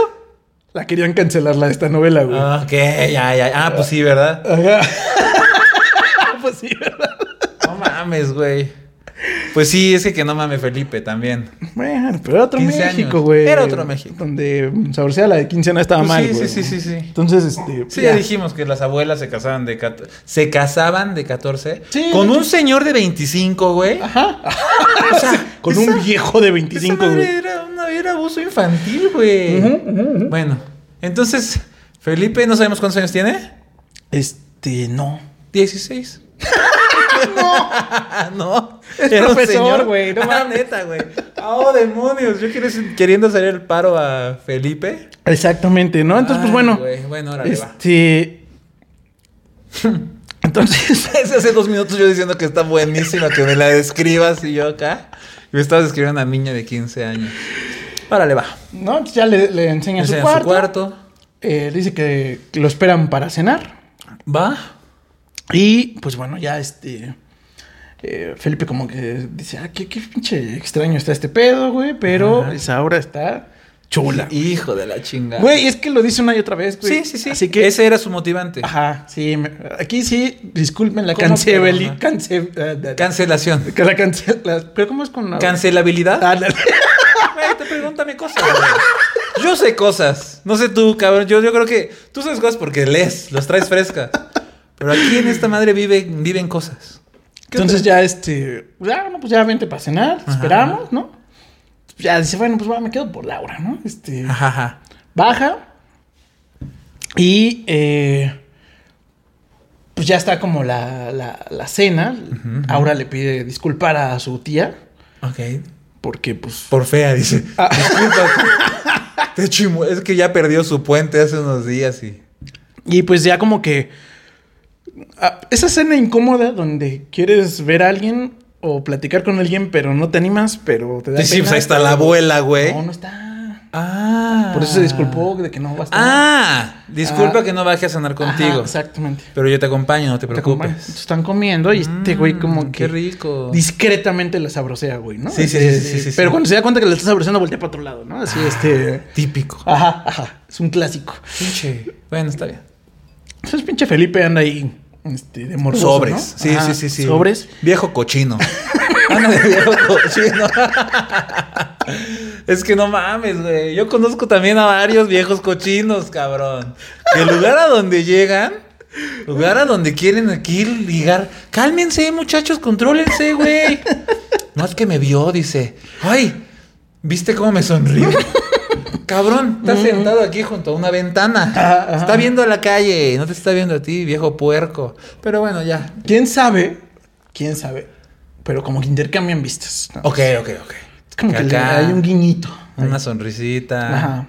[SPEAKER 1] la querían cancelar la de esta novela, güey.
[SPEAKER 2] Ah, Ok, ya, ya. Ah, pues sí, ¿verdad?
[SPEAKER 1] Ajá. pues sí, ¿verdad?
[SPEAKER 2] No mames, güey. Pues sí, es que, que no mames, Felipe también.
[SPEAKER 1] Bueno, pero era otro
[SPEAKER 2] 15 años.
[SPEAKER 1] México, güey.
[SPEAKER 2] Era otro México.
[SPEAKER 1] Donde mm, saborear la de 15 años estaba
[SPEAKER 2] Pues
[SPEAKER 1] mal,
[SPEAKER 2] sí, sí,
[SPEAKER 1] güey.
[SPEAKER 2] sí, sí, sí.
[SPEAKER 1] Entonces, este.
[SPEAKER 2] Sí, ya dijimos que las abuelas se casaban de cat- se casaban de 14
[SPEAKER 1] Sí.
[SPEAKER 2] con un señor de 25, güey.
[SPEAKER 1] Ajá.
[SPEAKER 2] O sea,
[SPEAKER 1] Con
[SPEAKER 2] esa-
[SPEAKER 1] un viejo de
[SPEAKER 2] esa
[SPEAKER 1] 25,
[SPEAKER 2] madre
[SPEAKER 1] güey.
[SPEAKER 2] Era, una- era abuso infantil, güey.
[SPEAKER 1] Ujú, ujú, ujú.
[SPEAKER 2] Bueno, entonces, Felipe, no sabemos cuántos años tiene.
[SPEAKER 1] Este, no.
[SPEAKER 2] 16. no.
[SPEAKER 1] Es
[SPEAKER 2] Era un
[SPEAKER 1] profesor,
[SPEAKER 2] señor.
[SPEAKER 1] güey, no
[SPEAKER 2] Ah,
[SPEAKER 1] mames.
[SPEAKER 2] neta, güey. Oh, demonios. Yo quiero, queriendo hacer el paro a Felipe.
[SPEAKER 1] Exactamente, ¿no? Entonces, pues
[SPEAKER 2] Ay,
[SPEAKER 1] bueno.
[SPEAKER 2] güey, Bueno, ahora va.
[SPEAKER 1] Este. Entonces.
[SPEAKER 2] Desde hace dos minutos yo diciendo que está buenísima, que me la describas y yo acá. Me estabas describiendo a una niña de 15 años. Órale, va.
[SPEAKER 1] No, Entonces ya le, le enseña,
[SPEAKER 2] Entonces,
[SPEAKER 1] su,
[SPEAKER 2] en
[SPEAKER 1] cuarto.
[SPEAKER 2] su cuarto.
[SPEAKER 1] Eh, dice que lo esperan para cenar.
[SPEAKER 2] Va.
[SPEAKER 1] Y pues bueno, ya este. eh, Felipe como que dice, ah, qué, qué pinche extraño está este pedo, güey. Pero
[SPEAKER 2] Ajá.
[SPEAKER 1] esa hora está chula.
[SPEAKER 2] Hijo de la chingada.
[SPEAKER 1] Güey, es que lo dice una y otra vez, güey.
[SPEAKER 2] sí, sí, sí.
[SPEAKER 1] Así que.
[SPEAKER 2] Ese era su motivante.
[SPEAKER 1] Ajá, sí. me- Aquí sí, disculpen la
[SPEAKER 2] ¿Cómo
[SPEAKER 1] cancebeli.
[SPEAKER 2] perdona?
[SPEAKER 1] Cance, eh, de-
[SPEAKER 2] Cancelación.
[SPEAKER 1] que la cance- la- ¿Pero cómo es con la.
[SPEAKER 2] Cancelabilidad.
[SPEAKER 1] Ah, la-
[SPEAKER 2] Güey, te pregúntame cosas. güey. Yo sé cosas. No sé tú, cabrón. Yo, yo creo que tú sabes cosas porque lees, los traes frescas. Pero aquí en esta madre vive- viven cosas. ¿Qué
[SPEAKER 1] Entonces ya este, ya, bueno, pues ya vente para cenar, te
[SPEAKER 2] Ajá.
[SPEAKER 1] esperamos, ¿no? Ya dice, bueno, pues va, me quedo por Laura, ¿no? Este,
[SPEAKER 2] Ajá, ajá.
[SPEAKER 1] baja y eh, pues ya está como la, la- la cena. Ahora le pide disculpar a su tía
[SPEAKER 2] Ok.
[SPEAKER 1] porque pues...
[SPEAKER 2] Por fea, dice.
[SPEAKER 1] Ah.
[SPEAKER 2] Disculpa. Te chimu- Es que ya perdió su puente hace unos días y.
[SPEAKER 1] Y pues ya como que... ah, esa cena incómoda donde quieres ver a alguien o platicar con alguien, pero no te animas, pero te da...
[SPEAKER 2] Sí, sí,
[SPEAKER 1] pena,
[SPEAKER 2] pues ahí está la abuela, ¿eh? güey.
[SPEAKER 1] No, no está.
[SPEAKER 2] Ah.
[SPEAKER 1] Por eso se disculpó de que no va a estar.
[SPEAKER 2] Ah, disculpa
[SPEAKER 1] Ah.
[SPEAKER 2] que no baje a cenar
[SPEAKER 1] Ajá,
[SPEAKER 2] contigo.
[SPEAKER 1] exactamente.
[SPEAKER 2] pero yo te acompaño, no te
[SPEAKER 1] Te acompaña.
[SPEAKER 2] preocupes.
[SPEAKER 1] Entonces, están comiendo y este güey como
[SPEAKER 2] Mm,
[SPEAKER 1] que
[SPEAKER 2] Qué rico.
[SPEAKER 1] discretamente la sabrosea, güey, ¿no?
[SPEAKER 2] Sí, sí,
[SPEAKER 1] Este,
[SPEAKER 2] sí, sí, sí, Ah. sí.
[SPEAKER 1] Pero cuando se da cuenta que la está sabroseando, voltea para otro lado, ¿no? Así, este...
[SPEAKER 2] Típico.
[SPEAKER 1] Ajá, ajá. Es un clásico.
[SPEAKER 2] Pinche. Bueno, está bien.
[SPEAKER 1] Entonces pinche Felipe anda ahí, este, de morboso,
[SPEAKER 2] Sobres.
[SPEAKER 1] ¿no?
[SPEAKER 2] Sí,
[SPEAKER 1] Ajá,
[SPEAKER 2] sí, sí, sí.
[SPEAKER 1] Sobres.
[SPEAKER 2] Viejo cochino. Anda de viejo cochino. es que no mames, güey. Yo conozco también a varios viejos cochinos, cabrón. El lugar a donde llegan, lugar a donde quieren aquí ligar. Cálmense, muchachos, contrólense, güey. No es que me vio, dice. Ay, ¿viste cómo me sonrió? Cabrón, estás sentado aquí junto a una ventana.
[SPEAKER 1] Ajá, ajá.
[SPEAKER 2] Está viendo a la calle, no te está viendo a ti, viejo puerco. Pero bueno, ya.
[SPEAKER 1] ¿Quién sabe? ¿Quién sabe? Pero como que intercambian vistas. ¿no?
[SPEAKER 2] Ok, ok, ok.
[SPEAKER 1] Es como que le-
[SPEAKER 2] Acá,
[SPEAKER 1] hay un guiñito.
[SPEAKER 2] Una sonrisita.
[SPEAKER 1] Ajá.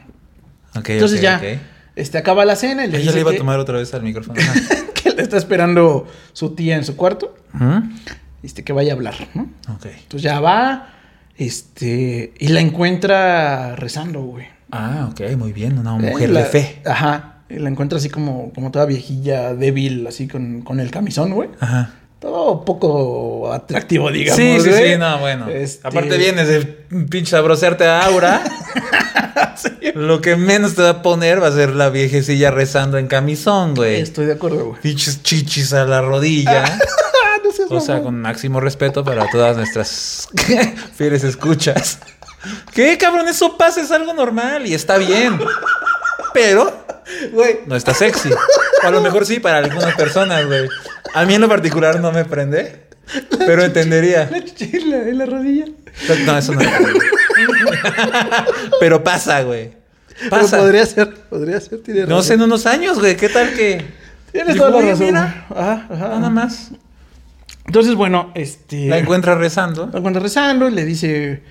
[SPEAKER 2] Ok,
[SPEAKER 1] Entonces
[SPEAKER 2] ok,
[SPEAKER 1] ya,
[SPEAKER 2] ok.
[SPEAKER 1] este, acaba la cena y le
[SPEAKER 2] Ay,
[SPEAKER 1] dice
[SPEAKER 2] ya le iba a
[SPEAKER 1] que-
[SPEAKER 2] tomar otra vez al micrófono. Ajá.
[SPEAKER 1] que le está esperando su tía en su cuarto,
[SPEAKER 2] Ujú.
[SPEAKER 1] este, que vaya a hablar, ¿no?
[SPEAKER 2] Ok.
[SPEAKER 1] Entonces ya va, Este, y la encuentra rezando, güey.
[SPEAKER 2] Ah, ok, muy bien. Una
[SPEAKER 1] Eh,
[SPEAKER 2] mujer
[SPEAKER 1] la-
[SPEAKER 2] de fe.
[SPEAKER 1] Ajá. Y La encuentra así como, como toda viejilla, débil, así con, con el camisón, güey.
[SPEAKER 2] Ajá.
[SPEAKER 1] Todo poco atractivo, digamos.
[SPEAKER 2] sí, sí,
[SPEAKER 1] güey.
[SPEAKER 2] sí, no, bueno.
[SPEAKER 1] Este-
[SPEAKER 2] Aparte vienes de pinche sabroserte a Aura. Lo que menos te va a poner va a ser la viejecilla rezando en camisón, güey.
[SPEAKER 1] Estoy de acuerdo, güey.
[SPEAKER 2] Pinches chichis a la rodilla.
[SPEAKER 1] Ah, no seas
[SPEAKER 2] O sea,
[SPEAKER 1] mamón.
[SPEAKER 2] con máximo respeto para todas nuestras fieles escuchas. ¿Qué, cabrón? Eso pasa, es algo normal y está bien. Pero
[SPEAKER 1] Güey,
[SPEAKER 2] no está sexy. O a lo mejor sí para algunas personas, güey. A mí en lo particular no me prende, pero entendería.
[SPEAKER 1] la chichi en la, en la rodilla.
[SPEAKER 2] No, eso no. me prende. Pero pasa, güey. Pasa.
[SPEAKER 1] Pero podría ser, podría ser. tiene
[SPEAKER 2] No sé,
[SPEAKER 1] razón.
[SPEAKER 2] en unos años, güey. ¿Qué tal que...?
[SPEAKER 1] Tienes
[SPEAKER 2] Digo,
[SPEAKER 1] toda la
[SPEAKER 2] "Oye,
[SPEAKER 1] razón.
[SPEAKER 2] mira,
[SPEAKER 1] güey. Ajá, ajá.
[SPEAKER 2] Nada más.
[SPEAKER 1] Entonces, bueno, este...
[SPEAKER 2] La encuentra rezando.
[SPEAKER 1] La encuentra rezando y le dice...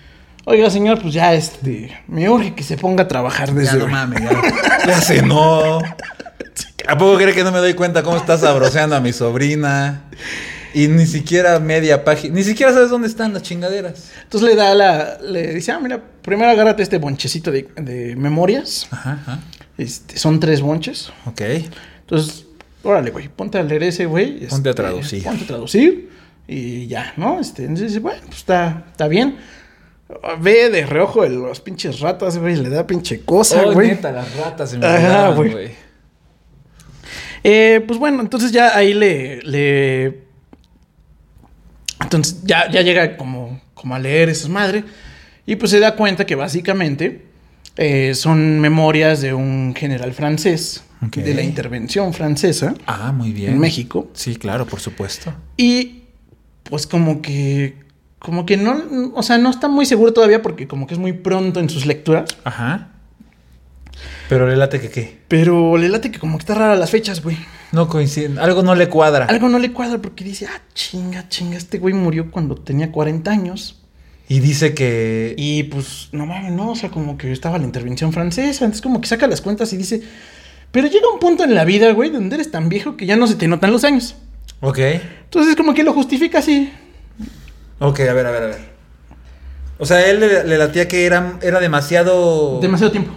[SPEAKER 1] Oiga, señor, pues ya, este... Me urge que se ponga a trabajar desde
[SPEAKER 2] Ya no
[SPEAKER 1] hoy".
[SPEAKER 2] mames, ya. Ya cenó. ¿A poco crees que no me doy cuenta cómo estás sabroseando a mi sobrina? Y ni siquiera media página. Ni siquiera sabes dónde están las chingaderas.
[SPEAKER 1] Entonces le da la... Le dice, ah, mira, primero agárrate este bonchecito de, de memorias.
[SPEAKER 2] Ajá, ajá.
[SPEAKER 1] Este, son tres bonches.
[SPEAKER 2] Ok.
[SPEAKER 1] Entonces, órale, güey, ponte a leer ese, güey.
[SPEAKER 2] Ponte a
[SPEAKER 1] este,
[SPEAKER 2] traducir.
[SPEAKER 1] Ponte a traducir y ya, ¿no? Este, entonces, bueno, pues está, está bien. Ve de reojo de los pinches ratas, güey, le da pinche cosa,
[SPEAKER 2] Oh,
[SPEAKER 1] güey.
[SPEAKER 2] neta, las ratas se me
[SPEAKER 1] Ajá,
[SPEAKER 2] olvidaban,
[SPEAKER 1] güey.
[SPEAKER 2] güey.
[SPEAKER 1] Eh, pues bueno, entonces ya ahí le. le... Entonces ya, ya llega como, como a leer esas madre. Y pues se da cuenta que básicamente eh, son memorias de un general francés,
[SPEAKER 2] Ok.
[SPEAKER 1] de la intervención francesa
[SPEAKER 2] Ah, muy bien.
[SPEAKER 1] en México.
[SPEAKER 2] Sí, claro, por supuesto.
[SPEAKER 1] Y pues como que como que no, o sea, no está muy seguro todavía porque como que es muy pronto en sus lecturas,
[SPEAKER 2] Ajá. Pero le late que qué.
[SPEAKER 1] pero le late que como que está rara las fechas, güey.
[SPEAKER 2] No coinciden. Algo no le cuadra.
[SPEAKER 1] Algo no le cuadra porque dice, "Ah, chinga, chinga, este güey murió cuando tenía 40 años."
[SPEAKER 2] Y dice que.
[SPEAKER 1] Y pues no mames, no, o sea, como que estaba la intervención francesa, entonces como que saca las cuentas y dice, "Pero llega un punto en la vida, güey, donde eres tan viejo que ya no se te notan los años."
[SPEAKER 2] Ok.
[SPEAKER 1] Entonces como que lo justifica así.
[SPEAKER 2] Ok, a ver, a ver, a ver. O sea, él le, le latía que era, era demasiado.
[SPEAKER 1] Demasiado tiempo.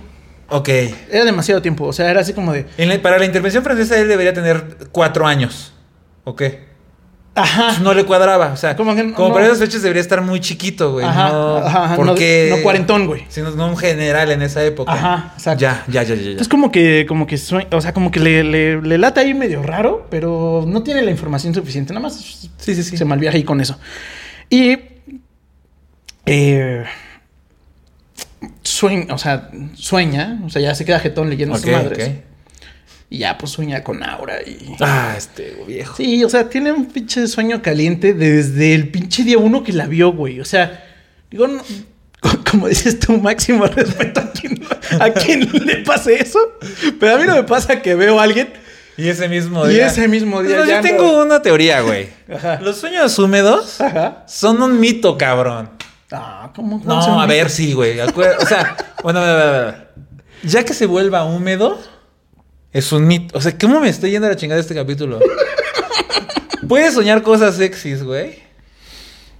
[SPEAKER 2] Ok.
[SPEAKER 1] Era demasiado tiempo, o sea, era así como de,
[SPEAKER 2] En la- para la intervención francesa él debería tener cuatro años. ¿Ok?
[SPEAKER 1] "Ajá,
[SPEAKER 2] No le cuadraba. O sea,
[SPEAKER 1] Como
[SPEAKER 2] como,
[SPEAKER 1] Ah. que no-
[SPEAKER 2] para
[SPEAKER 1] no.
[SPEAKER 2] esas fechas debería estar muy chiquito, güey.
[SPEAKER 1] Ajá,
[SPEAKER 2] no,
[SPEAKER 1] ajá,
[SPEAKER 2] ¿por
[SPEAKER 1] no-
[SPEAKER 2] qué?
[SPEAKER 1] no cuarentón, güey.
[SPEAKER 2] Sino no un general en esa época.
[SPEAKER 1] Ajá, exacto.
[SPEAKER 2] Ya, ya, ya, ya. ya.
[SPEAKER 1] Es como que, como que sue- o sea, como que le, le, le lata ahí medio raro, pero no tiene la información suficiente, nada más
[SPEAKER 2] Sí, sí, sí.
[SPEAKER 1] se malviaja ahí con eso. Y eh, sueña, o sea, sueña, o sea, ya se queda jetón leyendo
[SPEAKER 2] Ok,
[SPEAKER 1] sus madres.
[SPEAKER 2] ok.
[SPEAKER 1] Y ya pues sueña con Aura y.
[SPEAKER 2] Ah, este viejo.
[SPEAKER 1] Sí, o sea, tiene un pinche sueño caliente desde el pinche día uno que la vio, güey. O sea, digo, no- co- como dices tú, máximo respeto a quien, a quien le pase eso. Pero a mí no me pasa que veo a alguien.
[SPEAKER 2] Y ese mismo
[SPEAKER 1] Y
[SPEAKER 2] día.
[SPEAKER 1] ese mismo día
[SPEAKER 2] Entonces,
[SPEAKER 1] ya
[SPEAKER 2] yo
[SPEAKER 1] ando-
[SPEAKER 2] tengo una teoría, güey.
[SPEAKER 1] Ajá.
[SPEAKER 2] Los sueños húmedos
[SPEAKER 1] Ajá.
[SPEAKER 2] son un mito, cabrón.
[SPEAKER 1] Ah, ¿cómo?
[SPEAKER 2] No,
[SPEAKER 1] se me-
[SPEAKER 2] a ver, sí, güey. Acuer- O sea, bueno, a ver, a ver, a ver. Ya que se vuelva húmedo, es un mito. O sea, ¿cómo me estoy yendo a la chingada de este capítulo? Puedes soñar cosas sexys, güey.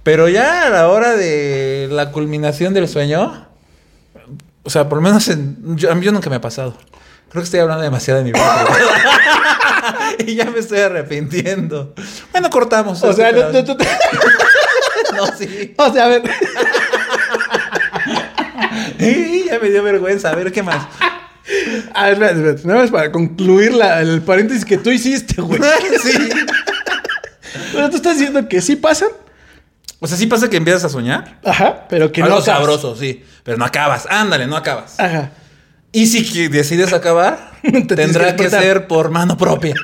[SPEAKER 2] Pero ya a la hora de la culminación del sueño, o sea, por lo menos en, yo, a mí yo nunca me ha pasado. Creo que estoy hablando demasiado de mi vida. privada. y ya me estoy arrepintiendo. Bueno, cortamos.
[SPEAKER 1] O sea, no, no- no-
[SPEAKER 2] no, sí.
[SPEAKER 1] o sea, a ver.
[SPEAKER 2] Y ya me dio vergüenza. A ver, ¿qué más?
[SPEAKER 1] A ver, espérate, espérate. Nada más para concluir la- el paréntesis que tú hiciste, güey.
[SPEAKER 2] Pues, sí.
[SPEAKER 1] Pero tú estás diciendo que sí pasan.
[SPEAKER 2] O sea, sí pasa que empiezas a soñar.
[SPEAKER 1] Ajá. Pero que
[SPEAKER 2] Algo
[SPEAKER 1] no. acabas.
[SPEAKER 2] sabroso, sí. Pero no acabas. Ándale, no acabas.
[SPEAKER 1] Ajá.
[SPEAKER 2] Y si que decides acabar,
[SPEAKER 1] Te tienes que
[SPEAKER 2] tendrá que,
[SPEAKER 1] despertar.
[SPEAKER 2] ser por mano propia.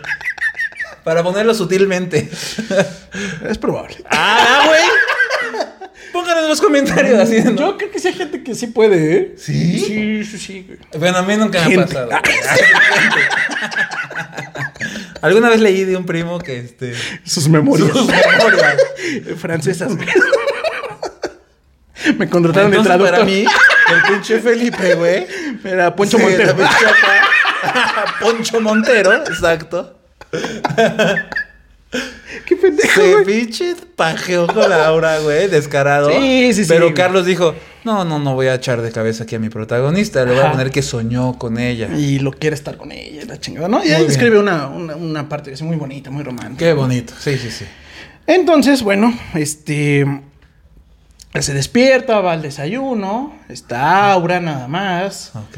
[SPEAKER 2] Para ponerlo sutilmente.
[SPEAKER 1] Es probable.
[SPEAKER 2] ¡Ah, güey! Pónganos en los comentarios así. de, ¿no?
[SPEAKER 1] Yo creo que sí hay gente que sí puede, ¿eh?
[SPEAKER 2] ¿Sí?
[SPEAKER 1] Sí, sí, sí, güey.
[SPEAKER 2] Bueno, a mí nunca me ha
[SPEAKER 1] Gente.
[SPEAKER 2] pasado. Alguna vez leí de un primo que este.
[SPEAKER 1] Sus memorias.
[SPEAKER 2] sus memorias.
[SPEAKER 1] francesas. güey. Me contrataron de
[SPEAKER 2] Entonces,
[SPEAKER 1] traductor.
[SPEAKER 2] para mí, el pinche Felipe, güey.
[SPEAKER 1] Era Poncho
[SPEAKER 2] Sí,
[SPEAKER 1] Montero.
[SPEAKER 2] la pinche acá. Poncho Montero, exacto.
[SPEAKER 1] Qué pendejo,
[SPEAKER 2] Se
[SPEAKER 1] güey.
[SPEAKER 2] pinche pajeó con Laura, güey, descarado.
[SPEAKER 1] Sí, sí, sí,
[SPEAKER 2] Pero
[SPEAKER 1] güey.
[SPEAKER 2] Carlos dijo, no, no, no voy a echar de cabeza aquí a mi protagonista. Le voy a
[SPEAKER 1] Ajá.
[SPEAKER 2] poner que soñó con ella.
[SPEAKER 1] Y lo quiere estar con ella, la chingada, ¿no? Y
[SPEAKER 2] Muy
[SPEAKER 1] ahí
[SPEAKER 2] bien.
[SPEAKER 1] describe una, una, una parte que es muy bonita, muy romántica.
[SPEAKER 2] Qué bonito. Sí, sí, sí.
[SPEAKER 1] Entonces, bueno, este. Se despierta, va al desayuno. Está Aura nada más.
[SPEAKER 2] Ok.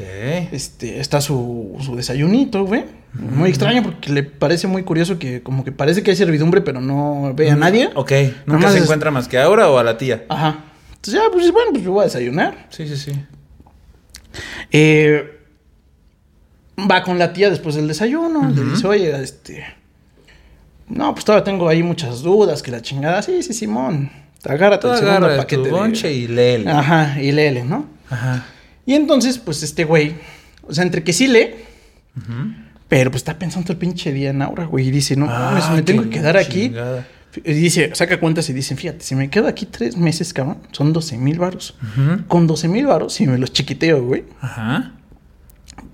[SPEAKER 1] Este, está su, su desayunito, güey. Muy extraño porque le parece muy curioso que, como que parece que hay servidumbre, pero no ve a nadie.
[SPEAKER 2] Mm, Ok.
[SPEAKER 1] Nada
[SPEAKER 2] Nunca
[SPEAKER 1] más
[SPEAKER 2] se
[SPEAKER 1] es-
[SPEAKER 2] encuentra más que ahora o a la tía.
[SPEAKER 1] Ajá. Entonces, ya, pues bueno, pues yo voy a desayunar.
[SPEAKER 2] Sí, sí, sí.
[SPEAKER 1] Eh, va con la tía después del desayuno. Le
[SPEAKER 2] Ujú.
[SPEAKER 1] dice, oye, este. No, pues todavía tengo ahí muchas dudas, que la chingada. Sí, sí, Simón. Agárrate
[SPEAKER 2] Tú
[SPEAKER 1] el segundo
[SPEAKER 2] agarra
[SPEAKER 1] paquete.
[SPEAKER 2] tu
[SPEAKER 1] de- Ah.
[SPEAKER 2] bonche y léele.
[SPEAKER 1] Ajá, y léele, ¿no?
[SPEAKER 2] Ajá.
[SPEAKER 1] Y entonces, pues este güey, o sea, entre que sí lee,
[SPEAKER 2] Ujú.
[SPEAKER 1] pero pues está pensando el pinche día en Aura, güey, y dice, no, mames, me
[SPEAKER 2] Ah,
[SPEAKER 1] tengo
[SPEAKER 2] qué
[SPEAKER 1] que quedar aquí.
[SPEAKER 2] chingada.
[SPEAKER 1] Y dice, saca cuentas y dicen, fíjate, si me quedo aquí tres meses, cabrón, son 12 mil varos.
[SPEAKER 2] Ujú.
[SPEAKER 1] Con 12 mil varos, si me los chiquiteo, güey,
[SPEAKER 2] Ajá.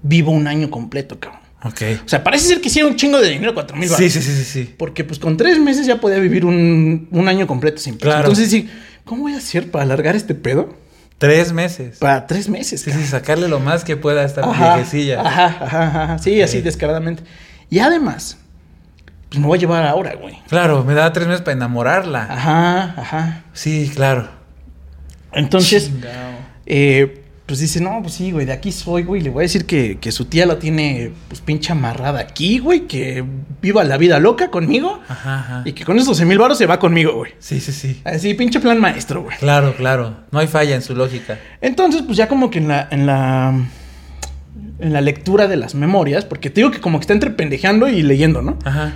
[SPEAKER 1] vivo un año completo, cabrón.
[SPEAKER 2] Ok.
[SPEAKER 1] O sea, parece ser que sí era un chingo de dinero, cuatro mil varos.
[SPEAKER 2] Sí, sí, sí, sí, sí.
[SPEAKER 1] Porque pues con tres meses ya podía vivir un, un año completo sin pedos.
[SPEAKER 2] Claro.
[SPEAKER 1] Entonces sí, ¿cómo voy a hacer para alargar este pedo?
[SPEAKER 2] Tres meses.
[SPEAKER 1] Para tres meses,
[SPEAKER 2] Sí, sí, sacarle lo más que pueda a esta
[SPEAKER 1] Ajá,
[SPEAKER 2] viejecilla.
[SPEAKER 1] Ajá, ajá, ajá. Sí, así
[SPEAKER 2] Ok.
[SPEAKER 1] descaradamente. Y además, pues me voy a llevar ahora, güey.
[SPEAKER 2] Claro, me daba tres meses para enamorarla.
[SPEAKER 1] Ajá, ajá.
[SPEAKER 2] Sí, claro.
[SPEAKER 1] Entonces,
[SPEAKER 2] Chingao.
[SPEAKER 1] eh, pues dice, no, pues sí, güey, de aquí soy, güey. Le voy a decir que, que su tía la tiene, pues, pinche amarrada aquí, güey. Que viva la vida loca conmigo.
[SPEAKER 2] Ajá, ajá.
[SPEAKER 1] Y que con esos 12 mil baros se va conmigo, güey.
[SPEAKER 2] Sí, sí, sí.
[SPEAKER 1] Así, pinche plan maestro, güey.
[SPEAKER 2] Claro, claro. No hay falla en su lógica.
[SPEAKER 1] Entonces, pues ya como que en la, en la... En la lectura de las memorias, porque te digo que como que está entre pendejeando y leyendo, ¿no?
[SPEAKER 2] Ajá.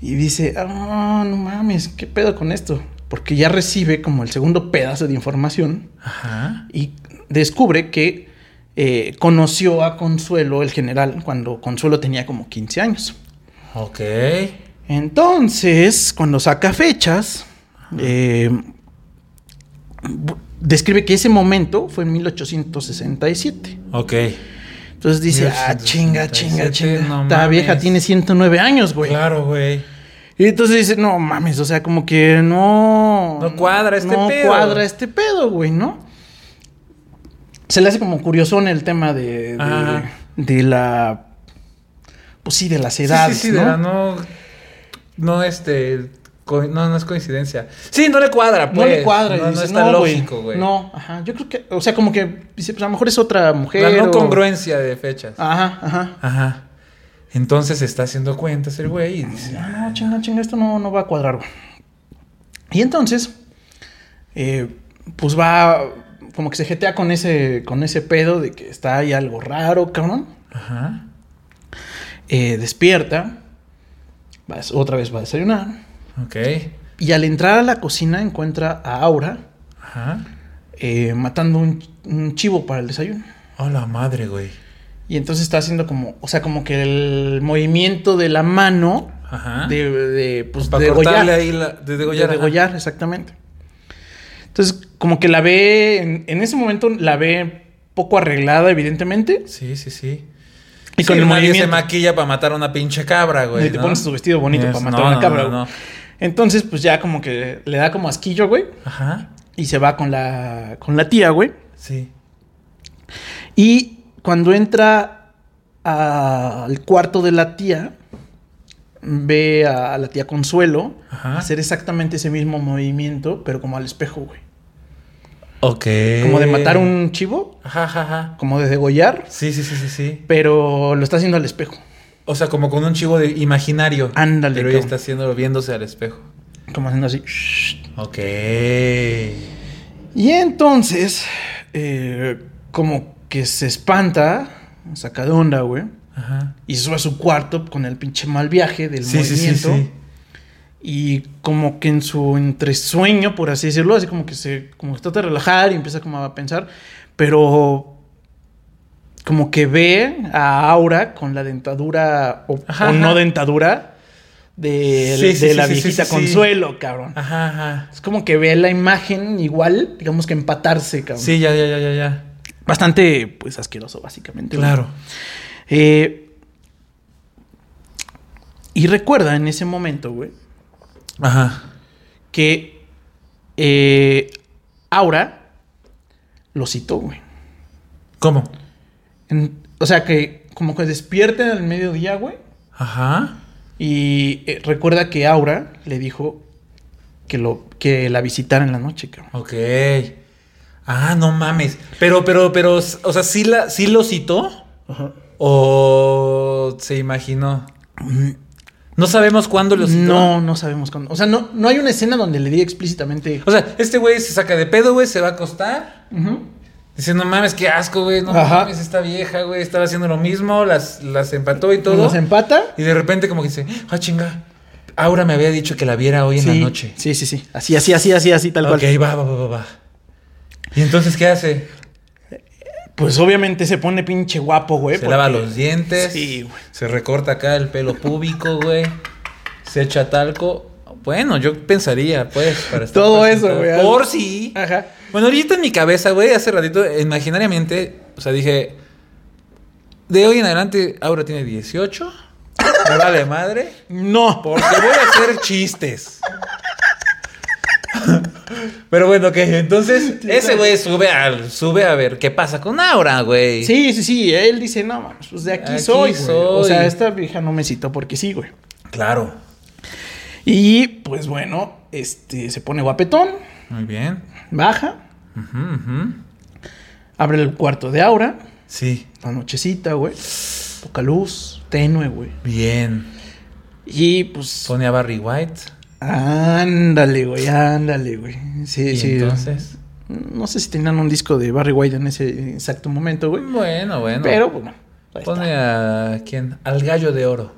[SPEAKER 1] Y dice, ah, no mames, ¿qué pedo con esto? Porque ya recibe como el segundo pedazo de información
[SPEAKER 2] Ajá.
[SPEAKER 1] y descubre que eh, conoció a Consuelo, el general, cuando Consuelo tenía como 15 años.
[SPEAKER 2] Ok.
[SPEAKER 1] Entonces, cuando saca fechas, eh, bu- describe que ese momento fue en 1867.
[SPEAKER 2] Ok.
[SPEAKER 1] Entonces dice, ah,
[SPEAKER 2] 1867,
[SPEAKER 1] chinga, chinga, chinga.
[SPEAKER 2] no
[SPEAKER 1] Esta
[SPEAKER 2] mames.
[SPEAKER 1] vieja tiene 109 años, güey.
[SPEAKER 2] Claro, güey.
[SPEAKER 1] Y entonces dice, no mames, o sea, como que no...
[SPEAKER 2] No cuadra este pedo.
[SPEAKER 1] No cuadra este pedo, güey, ¿no? Se le hace como curiosón el tema de... De,
[SPEAKER 2] Ajá.
[SPEAKER 1] de la... Pues sí, de las
[SPEAKER 2] Sí,
[SPEAKER 1] edades,
[SPEAKER 2] sí, sí,
[SPEAKER 1] ¿no?
[SPEAKER 2] de la no. No, este. co- No, no es coincidencia. Sí, no le cuadra, pues.
[SPEAKER 1] no le cuadra. y
[SPEAKER 2] No, no
[SPEAKER 1] dice,
[SPEAKER 2] está
[SPEAKER 1] no,
[SPEAKER 2] lógico, güey.
[SPEAKER 1] No, ajá. Yo creo que... O sea, como que... Dice, pues a lo mejor es otra mujer
[SPEAKER 2] La no
[SPEAKER 1] o-
[SPEAKER 2] congruencia de fechas.
[SPEAKER 1] Ajá, ajá.
[SPEAKER 2] Ajá. Entonces está haciendo cuentas el güey y dice. "Ah,
[SPEAKER 1] No, no, "Ah, chinga, chinga, esto no, no va a cuadrar, güey. Y entonces, eh, pues va, como que se jetea con ese, con ese pedo de que está ahí algo raro, cabrón.
[SPEAKER 2] Ajá.
[SPEAKER 1] Eh, despierta, va a- otra vez va a desayunar.
[SPEAKER 2] Ok.
[SPEAKER 1] Y al entrar a la cocina encuentra a Aura
[SPEAKER 2] Ajá.
[SPEAKER 1] eh, matando un, un chivo para el desayuno.
[SPEAKER 2] A la madre, güey.
[SPEAKER 1] Y entonces está haciendo como, o sea, como que el movimiento de la mano
[SPEAKER 2] Ajá.
[SPEAKER 1] de, de, pues,
[SPEAKER 2] Ah. Para
[SPEAKER 1] de
[SPEAKER 2] cortarle ahí la. De degollar.
[SPEAKER 1] de
[SPEAKER 2] ajá.
[SPEAKER 1] degollar, exactamente. Entonces, como que la ve, en, en ese momento la ve poco arreglada, evidentemente.
[SPEAKER 2] Sí, sí, sí.
[SPEAKER 1] Y
[SPEAKER 2] Sí,
[SPEAKER 1] con el
[SPEAKER 2] nadie
[SPEAKER 1] movimiento.
[SPEAKER 2] se maquilla para matar a una pinche cabra, güey.
[SPEAKER 1] y te
[SPEAKER 2] ¿no?
[SPEAKER 1] pones tu vestido bonito
[SPEAKER 2] Es-
[SPEAKER 1] para matar
[SPEAKER 2] no,
[SPEAKER 1] a una
[SPEAKER 2] no,
[SPEAKER 1] cabra.
[SPEAKER 2] no,
[SPEAKER 1] güey.
[SPEAKER 2] no.
[SPEAKER 1] Entonces, pues ya como que le da como asquillo, güey.
[SPEAKER 2] Ajá.
[SPEAKER 1] Y se va con la, con la tía, güey.
[SPEAKER 2] Sí.
[SPEAKER 1] Y cuando entra a- al cuarto de la tía, ve a, a la tía Consuelo
[SPEAKER 2] Ajá.
[SPEAKER 1] hacer exactamente ese mismo movimiento, pero como al espejo, güey.
[SPEAKER 2] Ok.
[SPEAKER 1] Como de
[SPEAKER 2] Eh.
[SPEAKER 1] matar un chivo,
[SPEAKER 2] Ajá, ajá, ajá.
[SPEAKER 1] como de degollar,
[SPEAKER 2] Sí, sí, sí, sí, sí.
[SPEAKER 1] pero lo está haciendo al espejo.
[SPEAKER 2] O sea, como con un chivo de imaginario.
[SPEAKER 1] Ándale,
[SPEAKER 2] Pero ella
[SPEAKER 1] cabrón.
[SPEAKER 2] está haciéndolo viéndose al espejo.
[SPEAKER 1] Como haciendo así. shh.
[SPEAKER 2] Ok.
[SPEAKER 1] Y entonces, eh, como que se espanta, saca de onda, güey.
[SPEAKER 2] Ajá.
[SPEAKER 1] Y se sube a su cuarto con el pinche mal viaje del
[SPEAKER 2] Sí, sí, sí,
[SPEAKER 1] movimiento.
[SPEAKER 2] sí.
[SPEAKER 1] Y como que en su entresueño, por así decirlo, así como que se como que trata de relajar y empieza como a pensar, pero como que ve a Aura con la dentadura o,
[SPEAKER 2] Ajá,
[SPEAKER 1] o no
[SPEAKER 2] ajá.
[SPEAKER 1] dentadura de,
[SPEAKER 2] Sí, sí,
[SPEAKER 1] de
[SPEAKER 2] sí,
[SPEAKER 1] la
[SPEAKER 2] sí, sí,
[SPEAKER 1] viejita
[SPEAKER 2] sí, sí.
[SPEAKER 1] Consuelo, cabrón.
[SPEAKER 2] Ajá, ajá.
[SPEAKER 1] Es como que ve la imagen igual, digamos que empatarse, cabrón.
[SPEAKER 2] Sí, ya, ya, ya, ya, ya.
[SPEAKER 1] Bastante, pues,
[SPEAKER 2] Eh,
[SPEAKER 1] asqueroso, básicamente. güey.
[SPEAKER 2] Claro.
[SPEAKER 1] Eh, Y recuerda en ese momento, güey,
[SPEAKER 2] Ajá.
[SPEAKER 1] que eh, Aura lo citó, güey.
[SPEAKER 2] ¿Cómo?
[SPEAKER 1] En- o sea, que como que despierten al mediodía, güey.
[SPEAKER 2] Ajá.
[SPEAKER 1] Y eh, recuerda que Aura le dijo que, lo, que la visitara en la noche, cabrón.
[SPEAKER 2] Ok. Ah, no mames. Pero, pero, pero, o sea, ¿sí, la, sí lo citó? ¿O se imaginó? No sabemos cuándo lo citó.
[SPEAKER 1] Mm. No, no sabemos cuándo. O sea, no, no hay una escena donde le diga explícitamente.
[SPEAKER 2] O sea, este güey se saca de pedo, güey, se va a acostar.
[SPEAKER 1] Ujú.
[SPEAKER 2] Dice, no mames, qué asco, güey. No
[SPEAKER 1] Ajá.
[SPEAKER 2] mames, esta vieja, güey, estaba haciendo lo mismo, las, las empató y todo.
[SPEAKER 1] Nos empata.
[SPEAKER 2] Y de repente como que dice, ah, chinga. Aura me había dicho que la viera hoy en
[SPEAKER 1] sí,
[SPEAKER 2] la noche.
[SPEAKER 1] Sí, sí, sí. Así, así, así, así, así, tal
[SPEAKER 2] ok,
[SPEAKER 1] cual.
[SPEAKER 2] va, va, va, va, va. ¿Y entonces qué hace?
[SPEAKER 1] Pues obviamente se pone pinche guapo, güey.
[SPEAKER 2] se
[SPEAKER 1] porque-
[SPEAKER 2] lava los dientes.
[SPEAKER 1] Sí, güey.
[SPEAKER 2] Se recorta acá el pelo púbico, güey. Se echa talco. Bueno, yo pensaría, pues, para estar
[SPEAKER 1] Todo
[SPEAKER 2] presentado.
[SPEAKER 1] eso, güey. Ah.
[SPEAKER 2] Por si.
[SPEAKER 1] Ajá.
[SPEAKER 2] Bueno, ahorita en mi cabeza, güey, hace ratito, imaginariamente, o sea, dije, de hoy en adelante, Aura tiene 18, me vale madre,
[SPEAKER 1] No.
[SPEAKER 2] porque voy a hacer chistes. Pero bueno, que entonces, ese güey sube al, sube a ver qué pasa con Aura, güey.
[SPEAKER 1] Sí, sí, sí. Él dice, no, mames, pues de aquí,
[SPEAKER 2] Aquí
[SPEAKER 1] soy, güey. O sea,
[SPEAKER 2] soy.
[SPEAKER 1] esta vieja no me citó porque sí, güey.
[SPEAKER 2] Claro.
[SPEAKER 1] Y pues bueno, este se pone guapetón,
[SPEAKER 2] Muy bien.
[SPEAKER 1] baja,
[SPEAKER 2] Ujú, ujú.
[SPEAKER 1] abre el cuarto de Aura,
[SPEAKER 2] Sí.
[SPEAKER 1] la nochecita, güey. Poca luz, tenue, güey.
[SPEAKER 2] Bien.
[SPEAKER 1] Y pues
[SPEAKER 2] Pone a Barry White.
[SPEAKER 1] ándale, güey, ándale, güey. Sí,
[SPEAKER 2] Y
[SPEAKER 1] sí.
[SPEAKER 2] entonces.
[SPEAKER 1] No sé si tenían un disco de Barry White en ese exacto momento, güey.
[SPEAKER 2] Bueno, bueno.
[SPEAKER 1] Pero pues, bueno. ahí está.
[SPEAKER 2] Pone a quién? Al gallo de oro.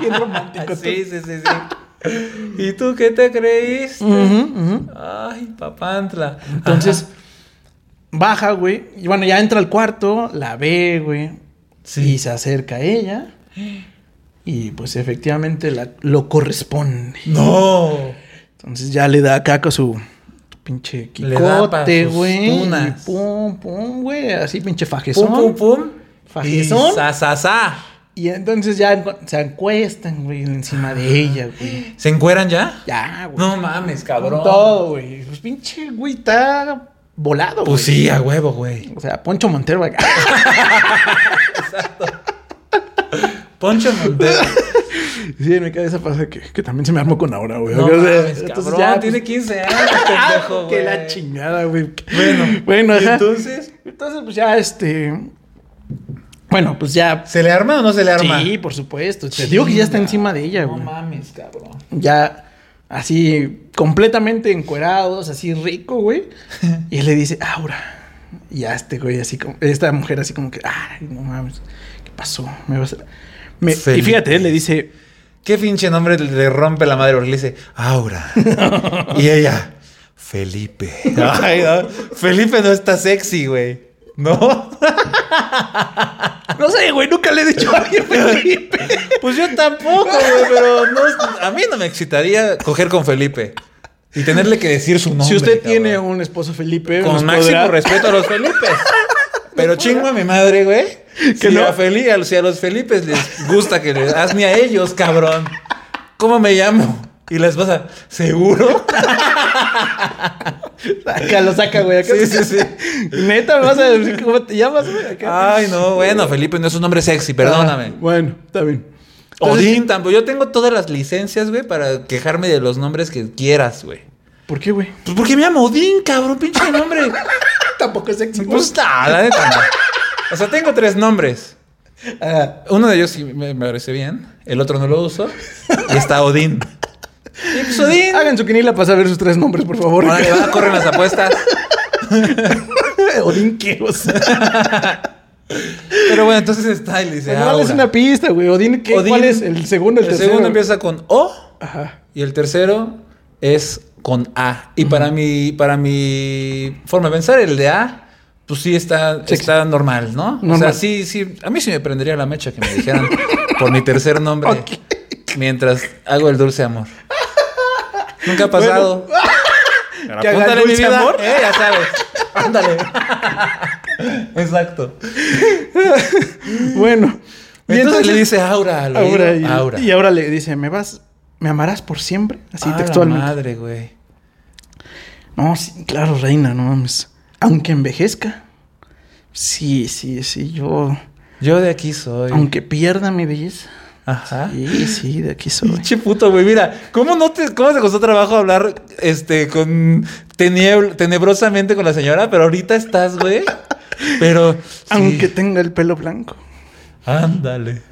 [SPEAKER 1] Bien romántico. tú.
[SPEAKER 2] Pues, sí, sí, sí, sí. ¿Y tú qué te creíste?
[SPEAKER 1] Ujú, ujú.
[SPEAKER 2] Ay, papantla.
[SPEAKER 1] Entonces,
[SPEAKER 2] Ajá.
[SPEAKER 1] baja, güey. Y bueno, ya entra al cuarto, la ve, güey.
[SPEAKER 2] Sí.
[SPEAKER 1] Y se acerca a ella. Y pues efectivamente la- lo corresponde.
[SPEAKER 2] No.
[SPEAKER 1] Entonces ya le da acá con su pinche
[SPEAKER 2] Le da pa'
[SPEAKER 1] quicote,
[SPEAKER 2] sus
[SPEAKER 1] güey. Y
[SPEAKER 2] tunas.
[SPEAKER 1] pum, pum, güey. Así pinche fajezón.
[SPEAKER 2] Pum, pum, pum. Y
[SPEAKER 1] Fajezón.
[SPEAKER 2] sa, sa, sa.
[SPEAKER 1] Y entonces ya encu- se encuestan, güey, encima de ella, güey.
[SPEAKER 2] ¿Se encueran ya?
[SPEAKER 1] Ya, güey.
[SPEAKER 2] Ah. No mames, cabrón.
[SPEAKER 1] Con Todo, güey. Pues pinche, güey, está volado, güey.
[SPEAKER 2] Pues sí, a huevo, güey.
[SPEAKER 1] O sea, Poncho Montero acá.
[SPEAKER 2] Poncho Montero.
[SPEAKER 1] Sí, me queda esa frase que, que también se me armó con ahora, güey.
[SPEAKER 2] No
[SPEAKER 1] O sea,
[SPEAKER 2] mames,
[SPEAKER 1] entonces
[SPEAKER 2] cabrón.
[SPEAKER 1] ya,
[SPEAKER 2] Tiene
[SPEAKER 1] pues,
[SPEAKER 2] 15 años,
[SPEAKER 1] ah,
[SPEAKER 2] pendejo, güey.
[SPEAKER 1] Que la chingada, güey.
[SPEAKER 2] Bueno,
[SPEAKER 1] bueno,
[SPEAKER 2] ¿y
[SPEAKER 1] ajá.
[SPEAKER 2] entonces?
[SPEAKER 1] Entonces, pues ya, este. Bueno, pues ya.
[SPEAKER 2] ¿Se le arma o no se le arma?
[SPEAKER 1] Sí, por supuesto. Te digo que ya está encima de ella,
[SPEAKER 2] No
[SPEAKER 1] güey.
[SPEAKER 2] mames, cabrón.
[SPEAKER 1] ya así completamente encuerados, así rico, güey. Y él le dice, Aura. Y ya este güey, así como, esta mujer así como que, ay, no mames, ¿qué pasó? Me vas a... me- Y
[SPEAKER 2] Felipe.
[SPEAKER 1] fíjate, él le dice,
[SPEAKER 2] ¿Qué pinche nombre le rompe la madre? Porque le dice, Aura. y ella, Felipe. Ay, no. Felipe no está sexy, güey. ¿No?
[SPEAKER 1] no sé, güey, nunca le he dicho a alguien Felipe.
[SPEAKER 2] Pues yo tampoco, güey, pero no, a mí no me excitaría coger con Felipe. Y tenerle que decir su nombre.
[SPEAKER 1] si usted
[SPEAKER 2] cabrón.
[SPEAKER 1] tiene un esposo Felipe, nos
[SPEAKER 2] Con máximo
[SPEAKER 1] podrá-
[SPEAKER 2] respeto a los Felipes. Pero chingo a mi madre, güey.
[SPEAKER 1] Que
[SPEAKER 2] si,
[SPEAKER 1] no.
[SPEAKER 2] a Feli- a- si a los Felipes les gusta que les hazme a ellos, cabrón. ¿Cómo me llamo? Y la esposa, ¿seguro?
[SPEAKER 1] Saca, lo saca, güey. acá.
[SPEAKER 2] Sí, sí, sí.
[SPEAKER 1] Neta, me vas a decir cómo te llamas, güey. Acá.
[SPEAKER 2] Ay, no, bueno, Felipe no es un nombre sexy,
[SPEAKER 1] Ah,
[SPEAKER 2] perdóname.
[SPEAKER 1] bueno, está bien. Entonces,
[SPEAKER 2] Odín tampoco. Yo tengo todas las licencias, güey, para quejarme de los nombres que quieras, güey.
[SPEAKER 1] ¿Por qué, güey?
[SPEAKER 2] Pues porque me llamo Odín, cabrón, pinche nombre.
[SPEAKER 1] Tampoco es sexy. güey.
[SPEAKER 2] Pues nada, la neta, no. O sea, tengo tres nombres.
[SPEAKER 1] Ah.
[SPEAKER 2] Uno de ellos sí me me parece bien, el otro no lo uso. Y está Odín. Y pues Odín.
[SPEAKER 1] Hagan su quinila para saber sus tres nombres, por favor.
[SPEAKER 2] Ahora que van a correr las apuestas.
[SPEAKER 1] Odín Queos.
[SPEAKER 2] Pero bueno, entonces está él dice.
[SPEAKER 1] No es
[SPEAKER 2] "Aura".
[SPEAKER 1] una pista, güey. Odín, ¿qué?
[SPEAKER 2] Odín-
[SPEAKER 1] ¿cuál es? El segundo, el,
[SPEAKER 2] El
[SPEAKER 1] tercero.
[SPEAKER 2] segundo empieza con O.
[SPEAKER 1] Ajá.
[SPEAKER 2] Y el tercero es con A. Y para mi, para mi forma de pensar, el de A, pues sí está,
[SPEAKER 1] Sí.
[SPEAKER 2] está normal, ¿no? O sea,
[SPEAKER 1] Normal.
[SPEAKER 2] sí, sí. A mí sí me prendería la mecha que me dijeran por mi tercer nombre.
[SPEAKER 1] Ok.
[SPEAKER 2] Mientras hago el dulce amor. Nunca ha pasado.
[SPEAKER 1] Que haga
[SPEAKER 2] Apúntale
[SPEAKER 1] el
[SPEAKER 2] mi
[SPEAKER 1] dulce
[SPEAKER 2] vida.
[SPEAKER 1] amor.
[SPEAKER 2] Eh, ya sabes. Ándale. Exacto.
[SPEAKER 1] Bueno. Y
[SPEAKER 2] entonces,
[SPEAKER 1] entonces-
[SPEAKER 2] le dice Aura. al oído,
[SPEAKER 1] Ahora, y,
[SPEAKER 2] Aura.
[SPEAKER 1] y ahora le dice, ¿me vas? ¿Me amarás por siempre? Así
[SPEAKER 2] Ah, la
[SPEAKER 1] textualmente.
[SPEAKER 2] madre, güey.
[SPEAKER 1] No, sí, claro, reina, no mames. Aunque envejezca. Sí, sí, sí, yo.
[SPEAKER 2] Yo de aquí soy.
[SPEAKER 1] Aunque pierda mi belleza.
[SPEAKER 2] Ajá.
[SPEAKER 1] Sí, sí, de aquí soy.
[SPEAKER 2] Pinche puto, güey. Mira, ¿cómo no te, cómo te costó trabajo hablar este con teniebl- tenebrosamente con la señora? Pero ahorita estás, güey. Pero. sí.
[SPEAKER 1] Aunque tenga el pelo blanco.
[SPEAKER 2] Ándale.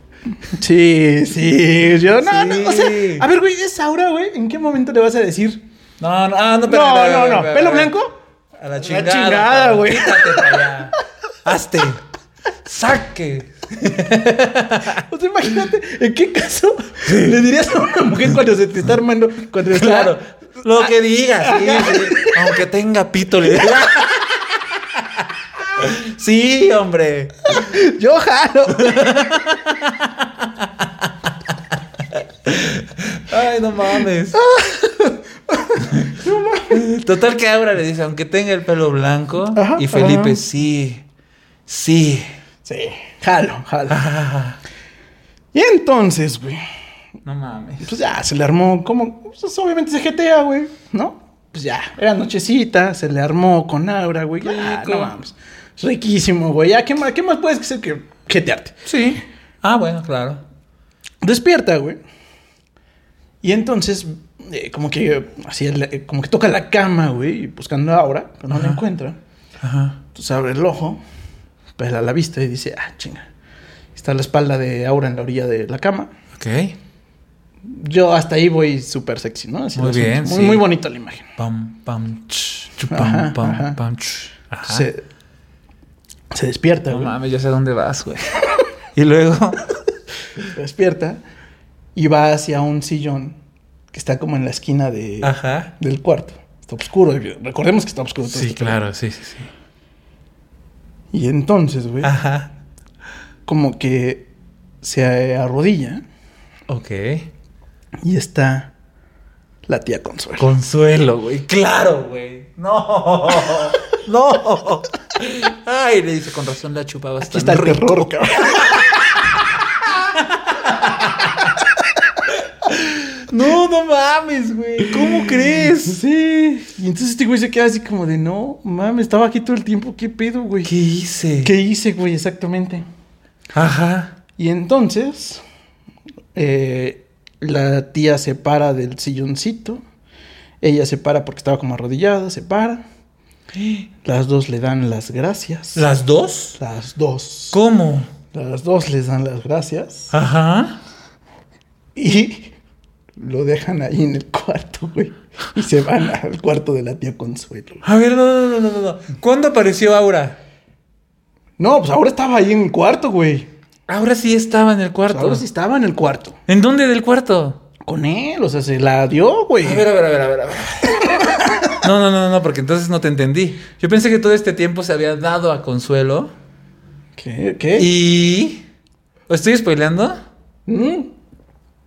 [SPEAKER 1] Sí, sí. Yo, no,
[SPEAKER 2] Sí.
[SPEAKER 1] no, o sea, a ver, güey, es Aura, güey. ¿En qué momento le vas a decir?
[SPEAKER 2] No, no, ah, no,
[SPEAKER 1] No,
[SPEAKER 2] espérame, espérame,
[SPEAKER 1] no, no.
[SPEAKER 2] espérame,
[SPEAKER 1] ¿Pelo
[SPEAKER 2] espérame.
[SPEAKER 1] blanco?
[SPEAKER 2] A la
[SPEAKER 1] chingada,
[SPEAKER 2] chingada.
[SPEAKER 1] cabrón.
[SPEAKER 2] Quítate para allá. Hazte. Saque.
[SPEAKER 1] O sea, imagínate, ¿en qué caso le dirías a una mujer cuando se te está armando? Cuando está-
[SPEAKER 2] Claro. Lo
[SPEAKER 1] Ah.
[SPEAKER 2] que digas. sí, sí. Aunque tenga pito. le- Sí, hombre.
[SPEAKER 1] Yo jalo.
[SPEAKER 2] Ay, no mames.
[SPEAKER 1] No mames.
[SPEAKER 2] Total que Aura le dice, aunque tenga el pelo blanco.
[SPEAKER 1] Ajá,
[SPEAKER 2] y Felipe,
[SPEAKER 1] ajá.
[SPEAKER 2] sí. Sí.
[SPEAKER 1] Sí, jalo, jalo.
[SPEAKER 2] Ah,
[SPEAKER 1] Y entonces, güey,
[SPEAKER 2] no mames.
[SPEAKER 1] pues ya se le armó como. Pues obviamente se jetea, güey, ¿no? Pues ya, era nochecita, se le armó con Aura, güey. Ya,
[SPEAKER 2] Rico.
[SPEAKER 1] no mames. Riquísimo, güey. Ya, ¿qué más, ¿qué más puedes hacer que jetearte?
[SPEAKER 2] Sí. Ah, bueno, claro.
[SPEAKER 1] Despierta, güey. Y entonces, eh, como que eh, así, el- eh, como que toca la cama, güey, buscando a Aura, pero no la
[SPEAKER 2] Ajá.
[SPEAKER 1] encuentra.
[SPEAKER 2] Ajá.
[SPEAKER 1] Entonces abre el ojo, pela la vista y dice, ah, chinga. Está la espalda de Aura en la orilla de la cama.
[SPEAKER 2] Ok.
[SPEAKER 1] Yo hasta ahí voy súper sexy, ¿no? Así
[SPEAKER 2] Muy
[SPEAKER 1] lo siento.
[SPEAKER 2] bien,
[SPEAKER 1] Muy,
[SPEAKER 2] sí.
[SPEAKER 1] muy bonita la imagen.
[SPEAKER 2] Pam, pam, ch, chu,
[SPEAKER 1] Ajá,
[SPEAKER 2] pam,
[SPEAKER 1] ajá.
[SPEAKER 2] pam, pam, ch. Ajá.
[SPEAKER 1] Se, se despierta,
[SPEAKER 2] No
[SPEAKER 1] güey.
[SPEAKER 2] mames, yo sé a dónde vas, güey. y luego.
[SPEAKER 1] Se despierta y va hacia un sillón que está como en la esquina de,
[SPEAKER 2] Ah. Ajá.
[SPEAKER 1] del cuarto. Está oscuro. y Recordemos que está oscuro. todo
[SPEAKER 2] Sí,
[SPEAKER 1] este pedo.
[SPEAKER 2] claro, sí, sí, sí.
[SPEAKER 1] Y entonces, güey,
[SPEAKER 2] Ajá.
[SPEAKER 1] como que se arrodilla
[SPEAKER 2] Ok.
[SPEAKER 1] y está la tía Consuelo.
[SPEAKER 2] Consuelo, güey. Claro, güey. No. No. Ay, le dice, con razón la chupabas
[SPEAKER 1] Aquí está el terror, cabrón.
[SPEAKER 2] No, no mames, güey. ¿Cómo crees?
[SPEAKER 1] Sí. Y entonces este güey se queda así como de, no, mames, estaba aquí todo el tiempo, ¿qué pedo, güey?
[SPEAKER 2] ¿Qué hice?
[SPEAKER 1] ¿Qué hice, güey? Exactamente.
[SPEAKER 2] Ajá.
[SPEAKER 1] Y entonces, eh, la tía se para del silloncito. Ella se para porque estaba como arrodillada, se para. Las dos le dan las gracias.
[SPEAKER 2] ¿Las dos?
[SPEAKER 1] Las dos.
[SPEAKER 2] ¿Cómo?
[SPEAKER 1] Las dos les dan las gracias.
[SPEAKER 2] Ajá.
[SPEAKER 1] Y lo dejan ahí en el cuarto, güey. Y se van al cuarto de la tía Consuelo.
[SPEAKER 2] A ver, no, no, no, no, no. no. ¿Cuándo apareció Aura?
[SPEAKER 1] No, pues ahora estaba ahí en el cuarto, güey.
[SPEAKER 2] Aura sí estaba en el
[SPEAKER 1] Pues
[SPEAKER 2] cuarto.
[SPEAKER 1] ahora sí estaba en el cuarto.
[SPEAKER 2] ¿En dónde del cuarto?
[SPEAKER 1] Con él, o sea, se la dio, güey.
[SPEAKER 2] A ver, a ver, a ver, a ver, a ver. No, no, no, no, porque entonces no te entendí. Yo pensé que todo este tiempo se había dado a Consuelo.
[SPEAKER 1] ¿Qué?
[SPEAKER 2] ¿Eh?
[SPEAKER 1] ¿Qué?
[SPEAKER 2] Y. ¿O estoy spoileando?
[SPEAKER 1] Mm.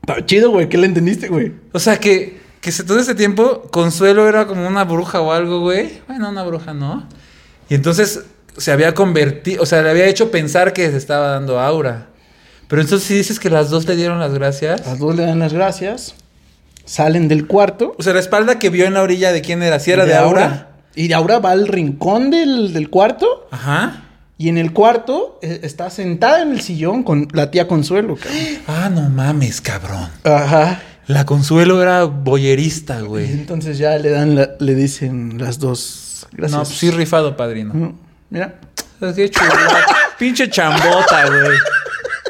[SPEAKER 1] Está chido, güey. ¿Qué le entendiste, güey?
[SPEAKER 2] O sea que, que se- todo este tiempo Consuelo era como una bruja o algo, güey. Bueno, una bruja, ¿no? Y entonces se había convertido, o sea, le había hecho pensar que se estaba dando aura. Pero entonces si dices que las dos le dieron las gracias.
[SPEAKER 1] Las dos le dan las gracias. Salen del cuarto.
[SPEAKER 2] O sea, la espalda que vio en la orilla de quién era, si era de, aura.
[SPEAKER 1] Y de Aura va al rincón del, del cuarto.
[SPEAKER 2] Ajá.
[SPEAKER 1] Y en el cuarto eh, está sentada en el sillón con la tía Consuelo, cabrón.
[SPEAKER 2] Ah, no mames, cabrón.
[SPEAKER 1] Ajá.
[SPEAKER 2] La Consuelo era boyerista,
[SPEAKER 1] Y
[SPEAKER 2] güey.
[SPEAKER 1] entonces ya le dan la- le dicen las dos gracias.
[SPEAKER 2] No, pues sí rifado, padrino.
[SPEAKER 1] Mm, Mira.
[SPEAKER 2] Es que chulada. pinche chambota, güey.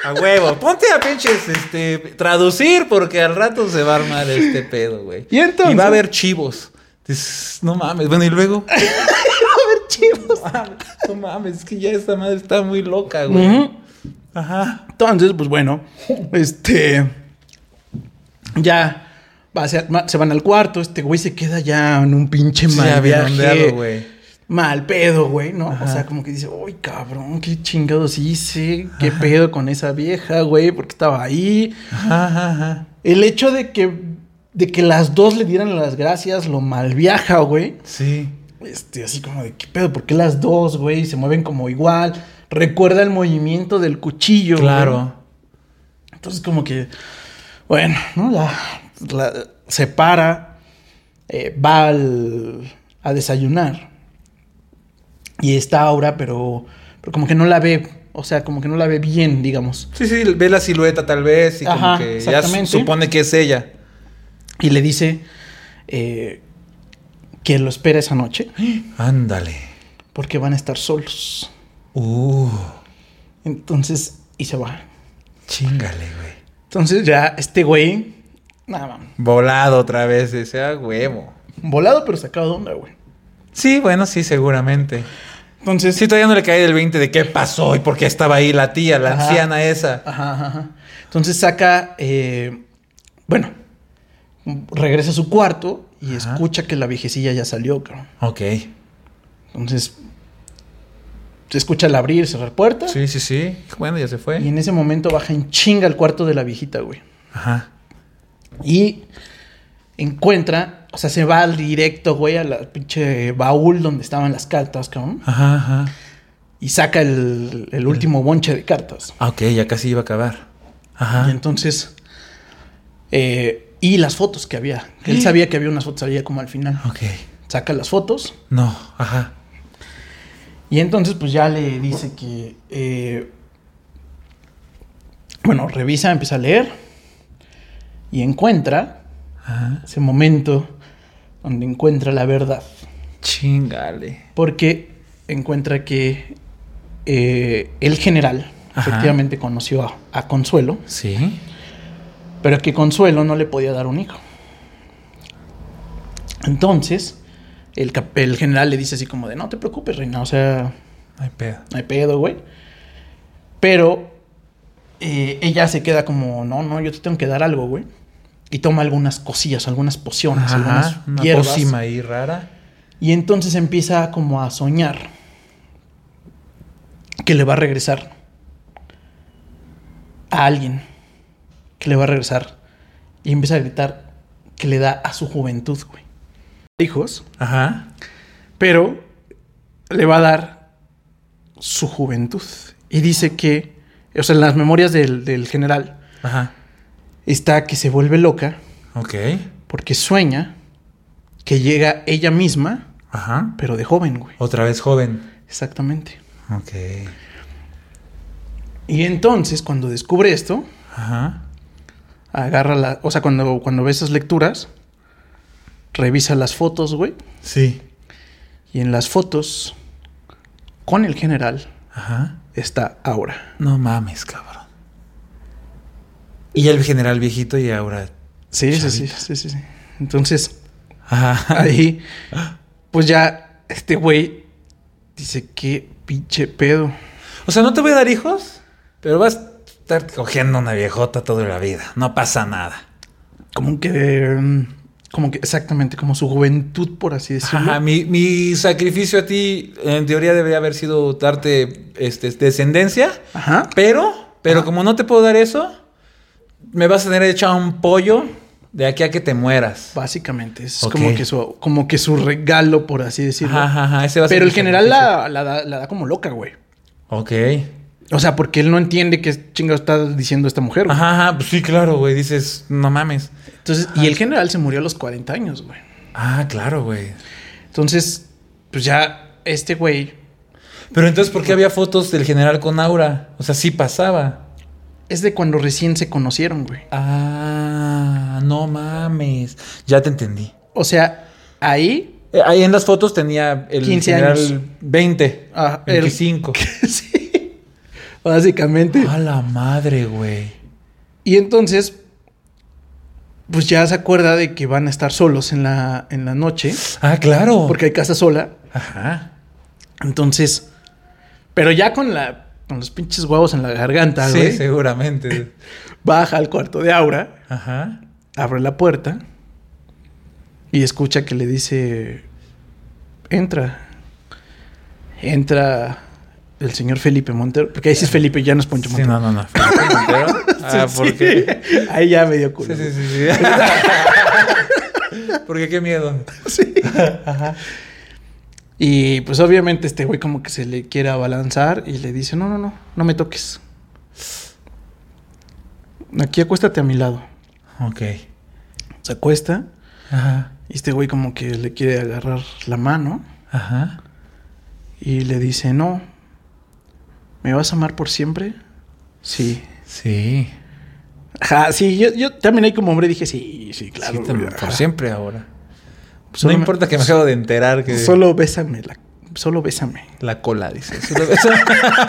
[SPEAKER 2] A huevo. Ponte a pinches, este, traducir, porque al rato se va a armar este pedo, güey.
[SPEAKER 1] Y entonces-
[SPEAKER 2] va a haber chivos. Dices, no mames. Bueno, y luego.
[SPEAKER 1] Chivos.
[SPEAKER 2] no mames, es que ya esta madre está muy loca, güey.
[SPEAKER 1] Ujú.
[SPEAKER 2] Ajá.
[SPEAKER 1] Entonces, pues bueno, este. Ya va a ser- ma- se van al cuarto. Este güey se queda ya en un pinche
[SPEAKER 2] Sí, ya
[SPEAKER 1] mal
[SPEAKER 2] bien
[SPEAKER 1] viaje,
[SPEAKER 2] ondeado, güey.
[SPEAKER 1] Mal pedo, güey, ¿no? O
[SPEAKER 2] Ajá.
[SPEAKER 1] sea, como que dice, uy, cabrón, qué chingados hice, qué pedo con esa vieja, güey, porque estaba ahí.
[SPEAKER 2] Ajá, ajá, ajá.
[SPEAKER 1] El hecho de que, de que las dos le dieran las gracias lo mal viaja, güey.
[SPEAKER 2] Sí.
[SPEAKER 1] Este, así como de, qué pedo, ¿por qué las dos, güey? Se mueven como igual. Recuerda el movimiento del cuchillo, güey.
[SPEAKER 2] Claro.
[SPEAKER 1] Entonces, como que, bueno, ¿no? La, la- se para, eh, va al- a desayunar. Y está Aura, pero, pero como que no la ve. O sea, como que no la ve bien, digamos.
[SPEAKER 2] Sí, sí, ve la silueta tal vez y
[SPEAKER 1] Ajá,
[SPEAKER 2] como que ya su-
[SPEAKER 1] exactamente.
[SPEAKER 2] supone que es ella.
[SPEAKER 1] Y le dice eh, que lo espera esa noche
[SPEAKER 2] Ándale.
[SPEAKER 1] porque van a estar solos.
[SPEAKER 2] Uh,
[SPEAKER 1] Entonces, y se va.
[SPEAKER 2] chingale, güey.
[SPEAKER 1] Entonces ya este güey, nada, mames,
[SPEAKER 2] Volado otra vez, ese ah, huevo.
[SPEAKER 1] volado pero sacado de onda, güey.
[SPEAKER 2] Sí, bueno, sí, seguramente.
[SPEAKER 1] Entonces,
[SPEAKER 2] Sí, todavía no le cae del 20 de qué pasó y por qué estaba ahí la tía, la
[SPEAKER 1] Ajá.
[SPEAKER 2] anciana esa.
[SPEAKER 1] Ajá, ajá, ajá. Entonces saca, eh, bueno, regresa a su cuarto y
[SPEAKER 2] Ajá.
[SPEAKER 1] escucha que la viejecilla ya salió, cabrón.
[SPEAKER 2] Ok.
[SPEAKER 1] Entonces, se escucha el abrir, cerrar puerta.
[SPEAKER 2] Sí, sí, sí. Bueno, ya se
[SPEAKER 1] Y
[SPEAKER 2] fue.
[SPEAKER 1] en ese momento baja en chinga al cuarto de la viejita, güey.
[SPEAKER 2] Ajá.
[SPEAKER 1] Y encuentra, o sea, se va al directo, güey, al pinche baúl donde estaban las cartas, cabrón.
[SPEAKER 2] Ajá, ajá.
[SPEAKER 1] Y saca el, el último bonche de cartas.
[SPEAKER 2] Ah, ok, ya casi iba a acabar.
[SPEAKER 1] Y
[SPEAKER 2] Ajá.
[SPEAKER 1] entonces. eh, y las fotos que había. Él sabía que había unas fotos había como al final.
[SPEAKER 2] Ok.
[SPEAKER 1] Saca las fotos.
[SPEAKER 2] No, ajá.
[SPEAKER 1] Y entonces, pues ya le dice que. eh, bueno, revisa, empieza a leer. Y encuentra
[SPEAKER 2] Ajá.
[SPEAKER 1] ese momento donde encuentra la verdad.
[SPEAKER 2] Chingale.
[SPEAKER 1] Porque encuentra que eh, el general
[SPEAKER 2] Ajá.
[SPEAKER 1] efectivamente conoció a- a Consuelo.
[SPEAKER 2] Sí.
[SPEAKER 1] pero que Consuelo no le podía dar un hijo. Entonces, el, cap- el general le dice así como de, no te preocupes, reina, o sea,
[SPEAKER 2] No hay pedo.
[SPEAKER 1] no hay pedo, güey. Pero eh, ella se queda como, no, no, yo te tengo que dar algo, güey. Y toma algunas cosillas, algunas pociones,
[SPEAKER 2] Ajá.
[SPEAKER 1] algunas
[SPEAKER 2] Una
[SPEAKER 1] hierbas.
[SPEAKER 2] pócima ahí rara.
[SPEAKER 1] Y entonces empieza como a soñar que le va a regresar a alguien, que le va a regresar. Y empieza a gritar que le da a su juventud, güey. Hijos,
[SPEAKER 2] Ajá.
[SPEAKER 1] pero le va a dar su juventud. Y dice que, o sea, en las memorias del, del general,
[SPEAKER 2] Ajá.
[SPEAKER 1] está que se vuelve loca
[SPEAKER 2] Ok.
[SPEAKER 1] porque sueña que llega ella misma,
[SPEAKER 2] Ajá.
[SPEAKER 1] pero de joven, güey.
[SPEAKER 2] Otra vez joven.
[SPEAKER 1] Exactamente.
[SPEAKER 2] Ok.
[SPEAKER 1] Y entonces, cuando descubre esto,
[SPEAKER 2] Ajá.
[SPEAKER 1] agarra la. O sea, cuando, cuando ve esas lecturas, revisa las fotos, güey.
[SPEAKER 2] Sí.
[SPEAKER 1] Y en las fotos, con el general,
[SPEAKER 2] Ajá.
[SPEAKER 1] está Aura.
[SPEAKER 2] No mames, cabrón. Y el general viejito y ahora.
[SPEAKER 1] Sí, sí, sí, sí, sí, sí. Entonces,
[SPEAKER 2] Ajá.
[SPEAKER 1] ahí, pues ya este güey dice: Qué pinche pedo.
[SPEAKER 2] O sea, no te voy a dar hijos, pero vas a estar cogiendo una viejota toda la vida. No pasa nada.
[SPEAKER 1] Como que. mm, Como que exactamente, como su juventud, por así decirlo.
[SPEAKER 2] Ajá, mi, mi sacrificio a ti, en teoría, debería haber sido darte este, descendencia.
[SPEAKER 1] Ajá.
[SPEAKER 2] Pero, pero como no te puedo dar eso, me vas a tener echado un pollo de aquí a que te mueras.
[SPEAKER 1] Básicamente, es
[SPEAKER 2] Ok.
[SPEAKER 1] como, que su, como que su regalo, por así decirlo.
[SPEAKER 2] Ajá, ajá, ajá, ese va a ser
[SPEAKER 1] Pero
[SPEAKER 2] mi
[SPEAKER 1] el general
[SPEAKER 2] sacrificio.
[SPEAKER 1] la, la da, la da como loca, güey.
[SPEAKER 2] Ok.
[SPEAKER 1] O sea, porque él no entiende qué chingo está diciendo esta mujer. güey.
[SPEAKER 2] Ajá, ajá, pues sí, claro, güey. Dices, no mames.
[SPEAKER 1] Entonces, y el general se murió a los 40 años, güey.
[SPEAKER 2] Ah, claro, güey.
[SPEAKER 1] Entonces, pues ya este güey
[SPEAKER 2] Pero entonces, ¿por qué había fotos del general con Aura? O sea, sí pasaba.
[SPEAKER 1] es de cuando recién se conocieron, güey.
[SPEAKER 2] Ah, no mames. Ya te entendí.
[SPEAKER 1] O sea, ahí
[SPEAKER 2] Eh, Ahí en las fotos tenía el
[SPEAKER 1] 15
[SPEAKER 2] general
[SPEAKER 1] años.
[SPEAKER 2] 20,
[SPEAKER 1] Ah, el-
[SPEAKER 2] 25.
[SPEAKER 1] sí. Básicamente.
[SPEAKER 2] A la madre, güey.
[SPEAKER 1] Y entonces pues ya se acuerda de que van a estar solos en la en la noche
[SPEAKER 2] Ah, claro.
[SPEAKER 1] porque hay casa sola.
[SPEAKER 2] Ajá.
[SPEAKER 1] Entonces, pero ya con la con los pinches huevos en la garganta,
[SPEAKER 2] Sí,
[SPEAKER 1] güey.
[SPEAKER 2] seguramente.
[SPEAKER 1] Baja al cuarto de Aura.
[SPEAKER 2] Ajá.
[SPEAKER 1] abre la puerta y escucha que le dice, entra, entra el señor Felipe Montero, porque ahí sí es Felipe, ya no es Poncho
[SPEAKER 2] Sí,
[SPEAKER 1] Montero.
[SPEAKER 2] no, no, no. Felipe Montero. Ah,
[SPEAKER 1] Sí,
[SPEAKER 2] ¿por qué?
[SPEAKER 1] Ahí ya me dio culo.
[SPEAKER 2] Sí, sí, sí. sí. Porque qué miedo.
[SPEAKER 1] Sí. Y pues obviamente este güey como que se le quiere abalanzar y le dice, no, no, no, no me toques. aquí acuéstate a mi lado.
[SPEAKER 2] Ok.
[SPEAKER 1] Se acuesta
[SPEAKER 2] Ajá.
[SPEAKER 1] y este güey como que le quiere agarrar la mano
[SPEAKER 2] Ajá.
[SPEAKER 1] y le dice, no, ¿me vas a amar por siempre? Sí.
[SPEAKER 2] Sí.
[SPEAKER 1] Ajá, sí, yo, yo también ahí como hombre dije, sí, sí,
[SPEAKER 2] Sí,
[SPEAKER 1] claro.
[SPEAKER 2] te-
[SPEAKER 1] güey,
[SPEAKER 2] por
[SPEAKER 1] ajá.
[SPEAKER 2] siempre ahora.
[SPEAKER 1] Solo
[SPEAKER 2] no
[SPEAKER 1] me-
[SPEAKER 2] importa que me acabo de enterar que.
[SPEAKER 1] Solo bésame, la- solo bésame.
[SPEAKER 2] La cola, dice. Solo-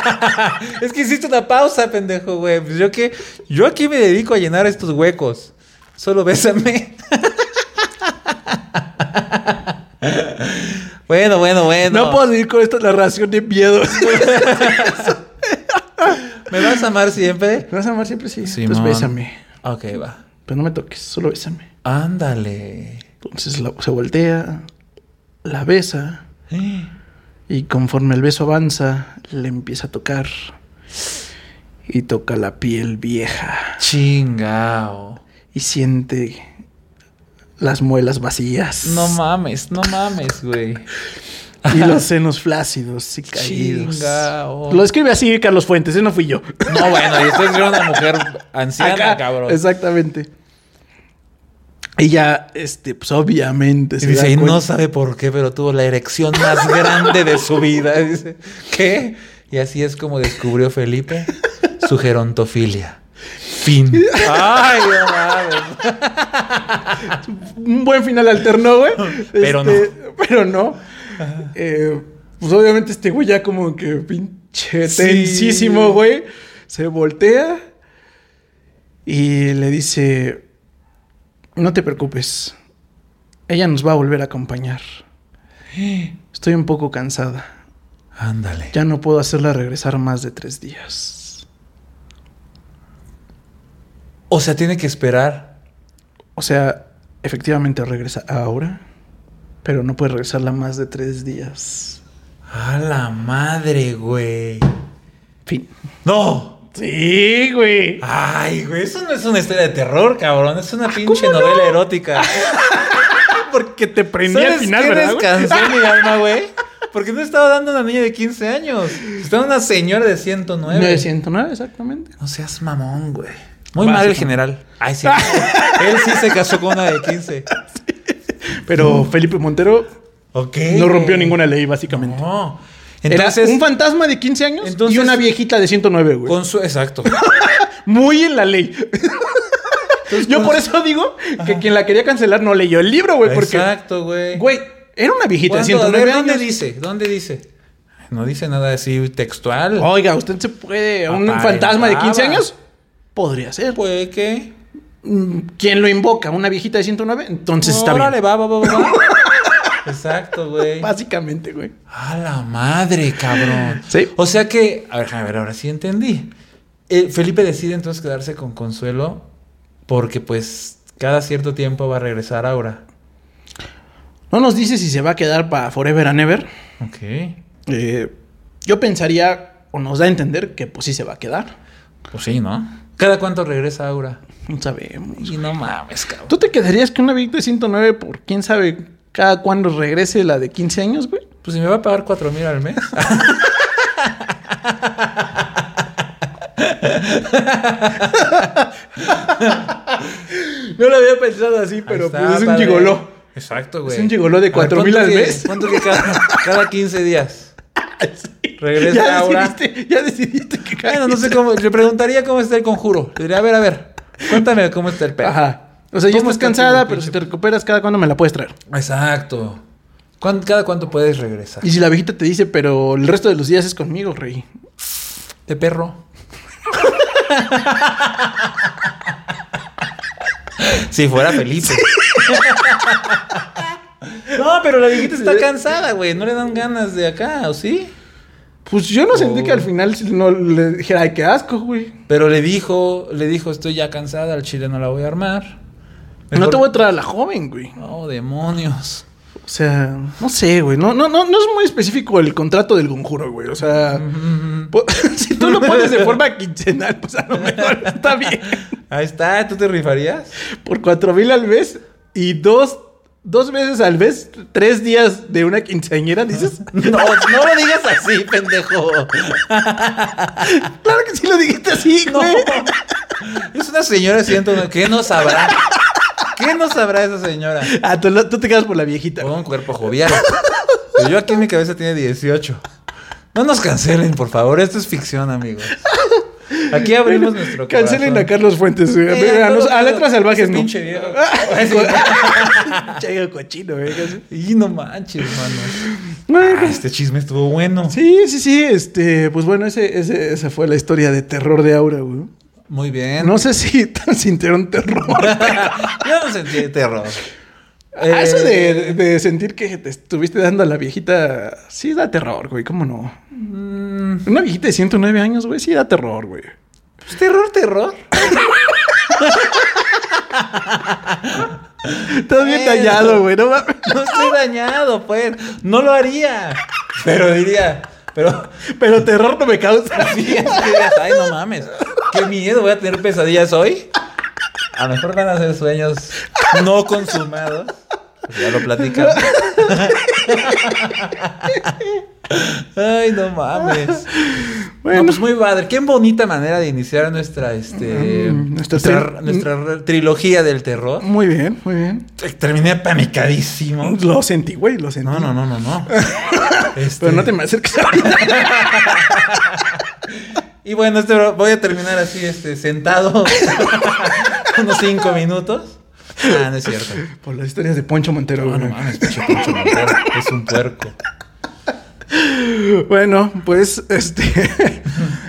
[SPEAKER 2] es que hiciste una pausa, pendejo, güey. Pues yo que. Yo aquí me dedico a llenar estos huecos. Solo bésame. bueno, bueno, bueno.
[SPEAKER 1] No puedo seguir con esta narración de miedo.
[SPEAKER 2] ¿Me vas a amar siempre?
[SPEAKER 1] ¿Me vas a amar siempre? Sí.
[SPEAKER 2] Simón.
[SPEAKER 1] Pues bésame.
[SPEAKER 2] Ok, va.
[SPEAKER 1] Pero no me toques, solo bésame.
[SPEAKER 2] Ándale.
[SPEAKER 1] Entonces la- se voltea, la besa y conforme el beso avanza, le empieza a tocar. Y toca la piel vieja
[SPEAKER 2] Chingao.
[SPEAKER 1] y siente las muelas vacías
[SPEAKER 2] No mames, no mames, güey.
[SPEAKER 1] y los senos flácidos y caídos.
[SPEAKER 2] Chingao.
[SPEAKER 1] Lo escribe así Carlos Fuentes, ese no fui yo.
[SPEAKER 2] No, bueno, y estoy es una mujer anciana,
[SPEAKER 1] Acá,
[SPEAKER 2] cabrón.
[SPEAKER 1] Exactamente. Y ya, este, pues obviamente.
[SPEAKER 2] Y
[SPEAKER 1] se
[SPEAKER 2] dice,
[SPEAKER 1] da
[SPEAKER 2] y
[SPEAKER 1] cuenta-
[SPEAKER 2] no sabe por qué, pero tuvo la erección más grande de su vida. Y Dice, ¿qué? Y así es como descubrió Felipe su gerontofilia. Fin. Ay, no mames.
[SPEAKER 1] Un buen final alterno, güey.
[SPEAKER 2] Pero
[SPEAKER 1] no. Pero no. Eh, pues obviamente este güey ya como que pinche
[SPEAKER 2] Sí.
[SPEAKER 1] tensísimo, güey. Se voltea y le dice, no te preocupes. Ella nos va a volver a acompañar. Estoy un poco cansada.
[SPEAKER 2] Ándale.
[SPEAKER 1] Ya no puedo hacerla regresar más de tres días.
[SPEAKER 2] O sea, tiene que esperar.
[SPEAKER 1] O sea, efectivamente regresa ahora, pero no puede regresarla más de tres días.
[SPEAKER 2] A la madre, güey.
[SPEAKER 1] Fin.
[SPEAKER 2] ¡No!
[SPEAKER 1] Sí, güey.
[SPEAKER 2] Ay, güey, eso no es una historia de terror, cabrón. Es una pinche
[SPEAKER 1] Ah, ¿cómo no?
[SPEAKER 2] novela erótica.
[SPEAKER 1] Ah, Porque te prendí
[SPEAKER 2] ¿Sabes
[SPEAKER 1] al final,
[SPEAKER 2] qué
[SPEAKER 1] ¿verdad? güey?
[SPEAKER 2] descansó mi alma, güey? Porque no estaba dando a una niña de 15 años. Estaba una señora de 109.
[SPEAKER 1] 909, exactamente.
[SPEAKER 2] No seas mamón, güey. Muy
[SPEAKER 1] Vas,
[SPEAKER 2] mal el
[SPEAKER 1] hijo.
[SPEAKER 2] general. Ay, sí. Él sí se casó con una de 15.
[SPEAKER 1] Pero Felipe Montero
[SPEAKER 2] Ok.
[SPEAKER 1] no rompió ninguna ley, básicamente.
[SPEAKER 2] No.
[SPEAKER 1] Entonces,
[SPEAKER 2] Entonces,
[SPEAKER 1] un fantasma de 15 años
[SPEAKER 2] Entonces-
[SPEAKER 1] y una viejita de 109, güey.
[SPEAKER 2] con su... Exacto.
[SPEAKER 1] Muy en la ley. Yo por eso digo que quien la quería cancelar no leyó el libro, güey, porque...
[SPEAKER 2] Exacto, güey.
[SPEAKER 1] Güey, era una viejita de
[SPEAKER 2] ¿Cuándo? A
[SPEAKER 1] 109
[SPEAKER 2] ver, ¿Dónde
[SPEAKER 1] años.
[SPEAKER 2] dice? ¿Dónde dice? No dice nada así textual.
[SPEAKER 1] Oiga, ¿usted se puede un
[SPEAKER 2] Aparentaba.
[SPEAKER 1] fantasma de 15 años? Podría ser.
[SPEAKER 2] Puede que...
[SPEAKER 1] Mm, ¿Quién lo invoca? ¿Una viejita de 109? Entonces está
[SPEAKER 2] Órale,
[SPEAKER 1] bien.
[SPEAKER 2] va, va, va, va, va. Exacto, güey.
[SPEAKER 1] Básicamente, güey.
[SPEAKER 2] A la madre, cabrón.
[SPEAKER 1] Sí.
[SPEAKER 2] O sea que, a ver, a ver, ahora sí entendí. Eh, Felipe decide entonces quedarse con Consuelo porque pues cada cierto tiempo va a regresar Aura.
[SPEAKER 1] No nos dice si se va a quedar para Forever and Ever.
[SPEAKER 2] Ok.
[SPEAKER 1] Eh, yo pensaría, o nos da a entender, que pues sí se va a quedar.
[SPEAKER 2] Pues sí, ¿no? ¿Cada cuánto regresa Aura?
[SPEAKER 1] No sabemos.
[SPEAKER 2] Y no mames, cabrón.
[SPEAKER 1] ¿Tú te quedarías con una viejita de 109 por quién sabe cada cuándo regrese la de 15 años, güey?
[SPEAKER 2] Pues si me va a pagar cuatro mil al mes.
[SPEAKER 1] No lo había pensado así, pues,
[SPEAKER 2] Ahí está, padre. Exacto, güey.
[SPEAKER 1] Es un gigoló de
[SPEAKER 2] A ver,
[SPEAKER 1] 4,000 al
[SPEAKER 2] ¿cuánto que-
[SPEAKER 1] mes?
[SPEAKER 2] ¿Cuánto que cada, cada 15 días? Regresa
[SPEAKER 1] ya
[SPEAKER 2] Aura.
[SPEAKER 1] Decidiste, ya decidiste que
[SPEAKER 2] Bueno, no sé cómo. Le preguntaría cómo está el conjuro. Le diría, a ver, a ver. Cuéntame cómo está el pedo.
[SPEAKER 1] Ajá. O sea, ya
[SPEAKER 2] ¿Cómo
[SPEAKER 1] estás
[SPEAKER 2] está tu
[SPEAKER 1] cansada, pero
[SPEAKER 2] pinche-
[SPEAKER 1] si te recuperas cada cuándo me la puedes traer.
[SPEAKER 2] Exacto. ¿Cuán- ¿Cada cuánto puedes regresar?
[SPEAKER 1] Y si la viejita te dice, pero el resto de los días es conmigo, rey.
[SPEAKER 2] De perro. si fuera Felipe. no, pero la viejita está cansada, güey. No le dan ganas de acá, ¿o sí?
[SPEAKER 1] Pues yo no sentí
[SPEAKER 2] Oh.
[SPEAKER 1] que al final no le dijera, ay, qué asco, güey.
[SPEAKER 2] Pero le dijo, le dijo, estoy ya cansada, al chile no la voy a armar.
[SPEAKER 1] No te voy a traer a la joven, güey.
[SPEAKER 2] No, demonios.
[SPEAKER 1] O sea, no sé, güey. No, no, no, no es muy específico el contrato del conjuro, güey. O sea, po- si tú lo pones de forma quincenal, pues a lo mejor está bien.
[SPEAKER 2] Ahí está, ¿tú te rifarías?
[SPEAKER 1] Por cuatro mil al mes y dos, dos veces al mes, tres días de una quinceañera, dices.
[SPEAKER 2] No, no lo digas así, pendejo.
[SPEAKER 1] Claro que "Ah, sí lo dijiste así,
[SPEAKER 2] No.
[SPEAKER 1] güey.
[SPEAKER 2] Es una señora siento, ¿qué no sabrá? ¿Qué no sabrá esa señora?
[SPEAKER 1] Ah, tú, lo- tú te quedas por la viejita.
[SPEAKER 2] Todo un cuerpo jovial. Pero yo aquí en mi cabeza tiene 18. No nos cancelen, por favor. Esto es ficción, amigos. Aquí abrimos nuestro
[SPEAKER 1] Cancelen a
[SPEAKER 2] corazón.
[SPEAKER 1] Carlos Fuentes. güey.
[SPEAKER 2] Eh,
[SPEAKER 1] a,
[SPEAKER 2] no,
[SPEAKER 1] los- a
[SPEAKER 2] no,
[SPEAKER 1] letras
[SPEAKER 2] ese
[SPEAKER 1] salvajes, no.
[SPEAKER 2] pinche viejo.
[SPEAKER 1] Chayo cochino, güey.
[SPEAKER 2] Y no manches, mano.
[SPEAKER 1] Bueno,
[SPEAKER 2] Ah, Este chisme estuvo bueno.
[SPEAKER 1] Sí, sí, sí. Este, pues bueno, ese, ese- esa fue la historia de terror de Aura, güey.
[SPEAKER 2] Muy bien.
[SPEAKER 1] No sé si tan sintieron terror.
[SPEAKER 2] Yo no sentí terror.
[SPEAKER 1] Ah,
[SPEAKER 2] Eh,
[SPEAKER 1] Eso de, de sentir que te estuviste dando a la viejita, sí da terror, güey. ¿Cómo no?
[SPEAKER 2] mm,
[SPEAKER 1] Una viejita de 109 años, güey, sí da terror, güey.
[SPEAKER 2] pues, terror, terror.
[SPEAKER 1] Estás bien
[SPEAKER 2] Bueno.
[SPEAKER 1] tallado, güey. No mames.
[SPEAKER 2] No estoy dañado, pues. No lo haría. Pero diría, pero
[SPEAKER 1] Pero terror no me causa.
[SPEAKER 2] Sí, es que digas, ay, no mames. Qué miedo, voy a tener pesadillas hoy. A lo mejor van a ser sueños no consumados. Pues ya lo platicamos. ay, no mames.
[SPEAKER 1] Bueno,
[SPEAKER 2] No, pues muy padre. Qué bonita manera de iniciar nuestra, este,
[SPEAKER 1] Mm, nuestra
[SPEAKER 2] nuestra,
[SPEAKER 1] tri-
[SPEAKER 2] nuestra re- trilogía del terror.
[SPEAKER 1] muy bien, muy bien.
[SPEAKER 2] Terminé panicadísimo.
[SPEAKER 1] Lo sentí, güey, lo sentí.
[SPEAKER 2] No, no, no, no, no. Este,
[SPEAKER 1] Pero no te me acerques ahorita.
[SPEAKER 2] Y bueno, este bro- voy a terminar así, este, sentado unos cinco minutos. Ah, no es cierto.
[SPEAKER 1] Por las historias de Poncho Montero,
[SPEAKER 2] No,
[SPEAKER 1] güey.
[SPEAKER 2] no Ah, mames, pinche Poncho Montero, es un puerco.
[SPEAKER 1] Bueno, pues este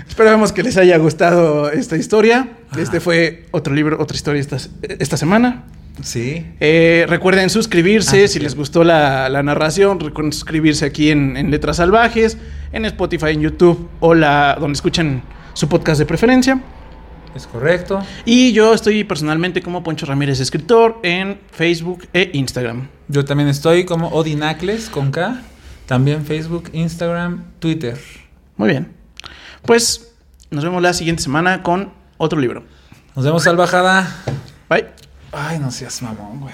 [SPEAKER 1] esperamos que les haya gustado esta historia. Este fue otro libro, otra historia esta, esta semana.
[SPEAKER 2] Sí.
[SPEAKER 1] Eh, recuerden suscribirse
[SPEAKER 2] Ah, sí,
[SPEAKER 1] si
[SPEAKER 2] cierto.
[SPEAKER 1] les gustó la, la narración. Recuerden suscribirse aquí en, en Letras Salvajes, en Spotify, en YouTube o la donde escuchen su podcast de preferencia.
[SPEAKER 2] Es correcto.
[SPEAKER 1] Y yo estoy personalmente como Poncho Ramírez Escritor en Facebook e Instagram.
[SPEAKER 2] Yo también estoy como Odinacles con K. También Facebook, Instagram, Twitter.
[SPEAKER 1] Muy bien. Pues nos vemos la siguiente semana con otro libro.
[SPEAKER 2] Nos vemos al bajada.
[SPEAKER 1] Bye.
[SPEAKER 2] Ay, no seas mamón, güey.